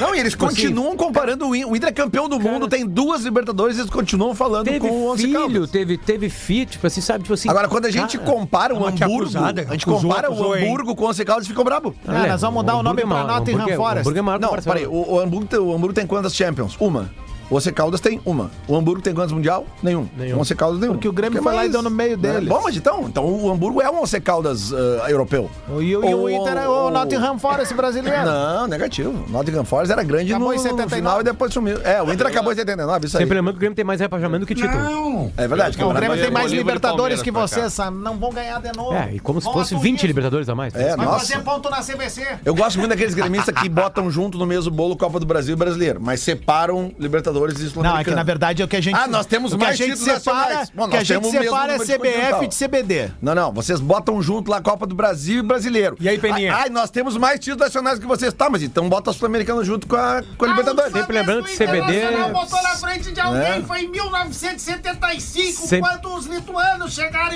[SPEAKER 1] Não, e eles continuam comparando o Inter. O Inter é campeão do mundo, tem duas Libertadores e eles continuam falando
[SPEAKER 5] Teve
[SPEAKER 1] com o Onze
[SPEAKER 5] filho,
[SPEAKER 1] Caldas.
[SPEAKER 5] teve, teve filho, tipo assim, sabe? Tipo assim.
[SPEAKER 1] Agora, quando a gente
[SPEAKER 5] cara,
[SPEAKER 1] compara o
[SPEAKER 6] mas que
[SPEAKER 1] Hamburgo,
[SPEAKER 6] acusada,
[SPEAKER 1] a gente
[SPEAKER 6] acusou,
[SPEAKER 1] compara
[SPEAKER 6] acusou,
[SPEAKER 1] o
[SPEAKER 6] hein?
[SPEAKER 1] Hamburgo com o Onze Caldas, ficam bravo.
[SPEAKER 7] Ah, nós vamos mudar o nome
[SPEAKER 5] Hamburgo é
[SPEAKER 7] pra
[SPEAKER 5] maior,
[SPEAKER 7] Nota e
[SPEAKER 5] o Hamburgo é-
[SPEAKER 7] Ranfora.
[SPEAKER 5] O Hamburgo é maior que o
[SPEAKER 1] Não,
[SPEAKER 5] Barcelona.
[SPEAKER 1] peraí, o, o Hamburgo, tem- o Hamburgo tem quantas Champions? Uma. O Once Caldas tem uma. O Hamburgo tem quantos Mundial? Nenhum.
[SPEAKER 5] Nenhum.
[SPEAKER 1] O Once Caldas nenhum.
[SPEAKER 7] Porque o Grêmio
[SPEAKER 1] Que
[SPEAKER 7] foi lá
[SPEAKER 1] mais?
[SPEAKER 7] e deu no meio
[SPEAKER 1] Né?
[SPEAKER 7] deles.
[SPEAKER 1] Bom, mas então, então o Hamburgo é um Once Caldas ah, europeu.
[SPEAKER 7] E, o- e o Inter é o Nottingham Forest brasileiro.
[SPEAKER 1] Não, negativo. Nottingham Forest era grande
[SPEAKER 7] Acabou
[SPEAKER 1] no,
[SPEAKER 7] em 79.
[SPEAKER 1] no final e depois sumiu. É, o Inter acabou em 79, isso aí.
[SPEAKER 5] Sempre lembrando que o Grêmio tem mais rebaixamento do que título.
[SPEAKER 1] É verdade.
[SPEAKER 7] Não, o
[SPEAKER 1] campeonato
[SPEAKER 7] Grêmio tem
[SPEAKER 1] brasileiro.
[SPEAKER 7] mais
[SPEAKER 4] Bolívar e
[SPEAKER 7] Libertadores
[SPEAKER 4] Palmeiras
[SPEAKER 7] que
[SPEAKER 4] pra cá.
[SPEAKER 7] vocês, sabe? Não vão ganhar de novo.
[SPEAKER 5] É, e como se
[SPEAKER 7] Vão
[SPEAKER 5] fosse
[SPEAKER 7] lá com
[SPEAKER 5] 20
[SPEAKER 7] isso.
[SPEAKER 5] Libertadores a mais.
[SPEAKER 1] É,
[SPEAKER 7] Vai
[SPEAKER 1] nossa.
[SPEAKER 7] fazer ponto na CBC.
[SPEAKER 1] Eu gosto muito daqueles gremistas que botam junto no mesmo bolo Copa do Brasil e Brasileiro, mas separam Libertadores e
[SPEAKER 7] Não, é que
[SPEAKER 1] Sul-Americano.
[SPEAKER 7] na verdade é o que a gente.
[SPEAKER 1] Ah, nós temos
[SPEAKER 7] o que
[SPEAKER 1] mais
[SPEAKER 7] a gente
[SPEAKER 1] títulos
[SPEAKER 7] separa,
[SPEAKER 1] nacionais. Bom,
[SPEAKER 7] o que a
[SPEAKER 1] nós
[SPEAKER 7] gente
[SPEAKER 1] temos o mesmo
[SPEAKER 7] separa é
[SPEAKER 1] número de continental.
[SPEAKER 7] CBF de CBD.
[SPEAKER 1] Não, não. Vocês botam junto lá a Copa do Brasil e Brasileiro.
[SPEAKER 6] E aí, Peninha?
[SPEAKER 1] Ai, ai, nós temos mais títulos nacionais que vocês. Tá, mas então bota o Sul-Americano junto com a, com a Libertadores. É.
[SPEAKER 5] Sempre lembrando que CBD.
[SPEAKER 1] Né?
[SPEAKER 5] Sempre,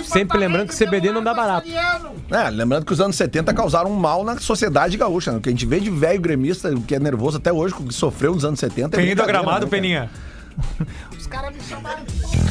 [SPEAKER 5] sempre lembrando que CBD não dá barato.
[SPEAKER 1] É, lembrando que os anos 70 causaram um mal na sociedade gaúcha. Né? O que a gente vê de velho gremista, que é nervoso até hoje, com o que sofreu nos anos 70. é
[SPEAKER 7] tá-
[SPEAKER 6] Tem ido a
[SPEAKER 1] brincadeira,
[SPEAKER 6] gramado,
[SPEAKER 1] né, cara?
[SPEAKER 6] Peninha.
[SPEAKER 7] Os caras me chamaram de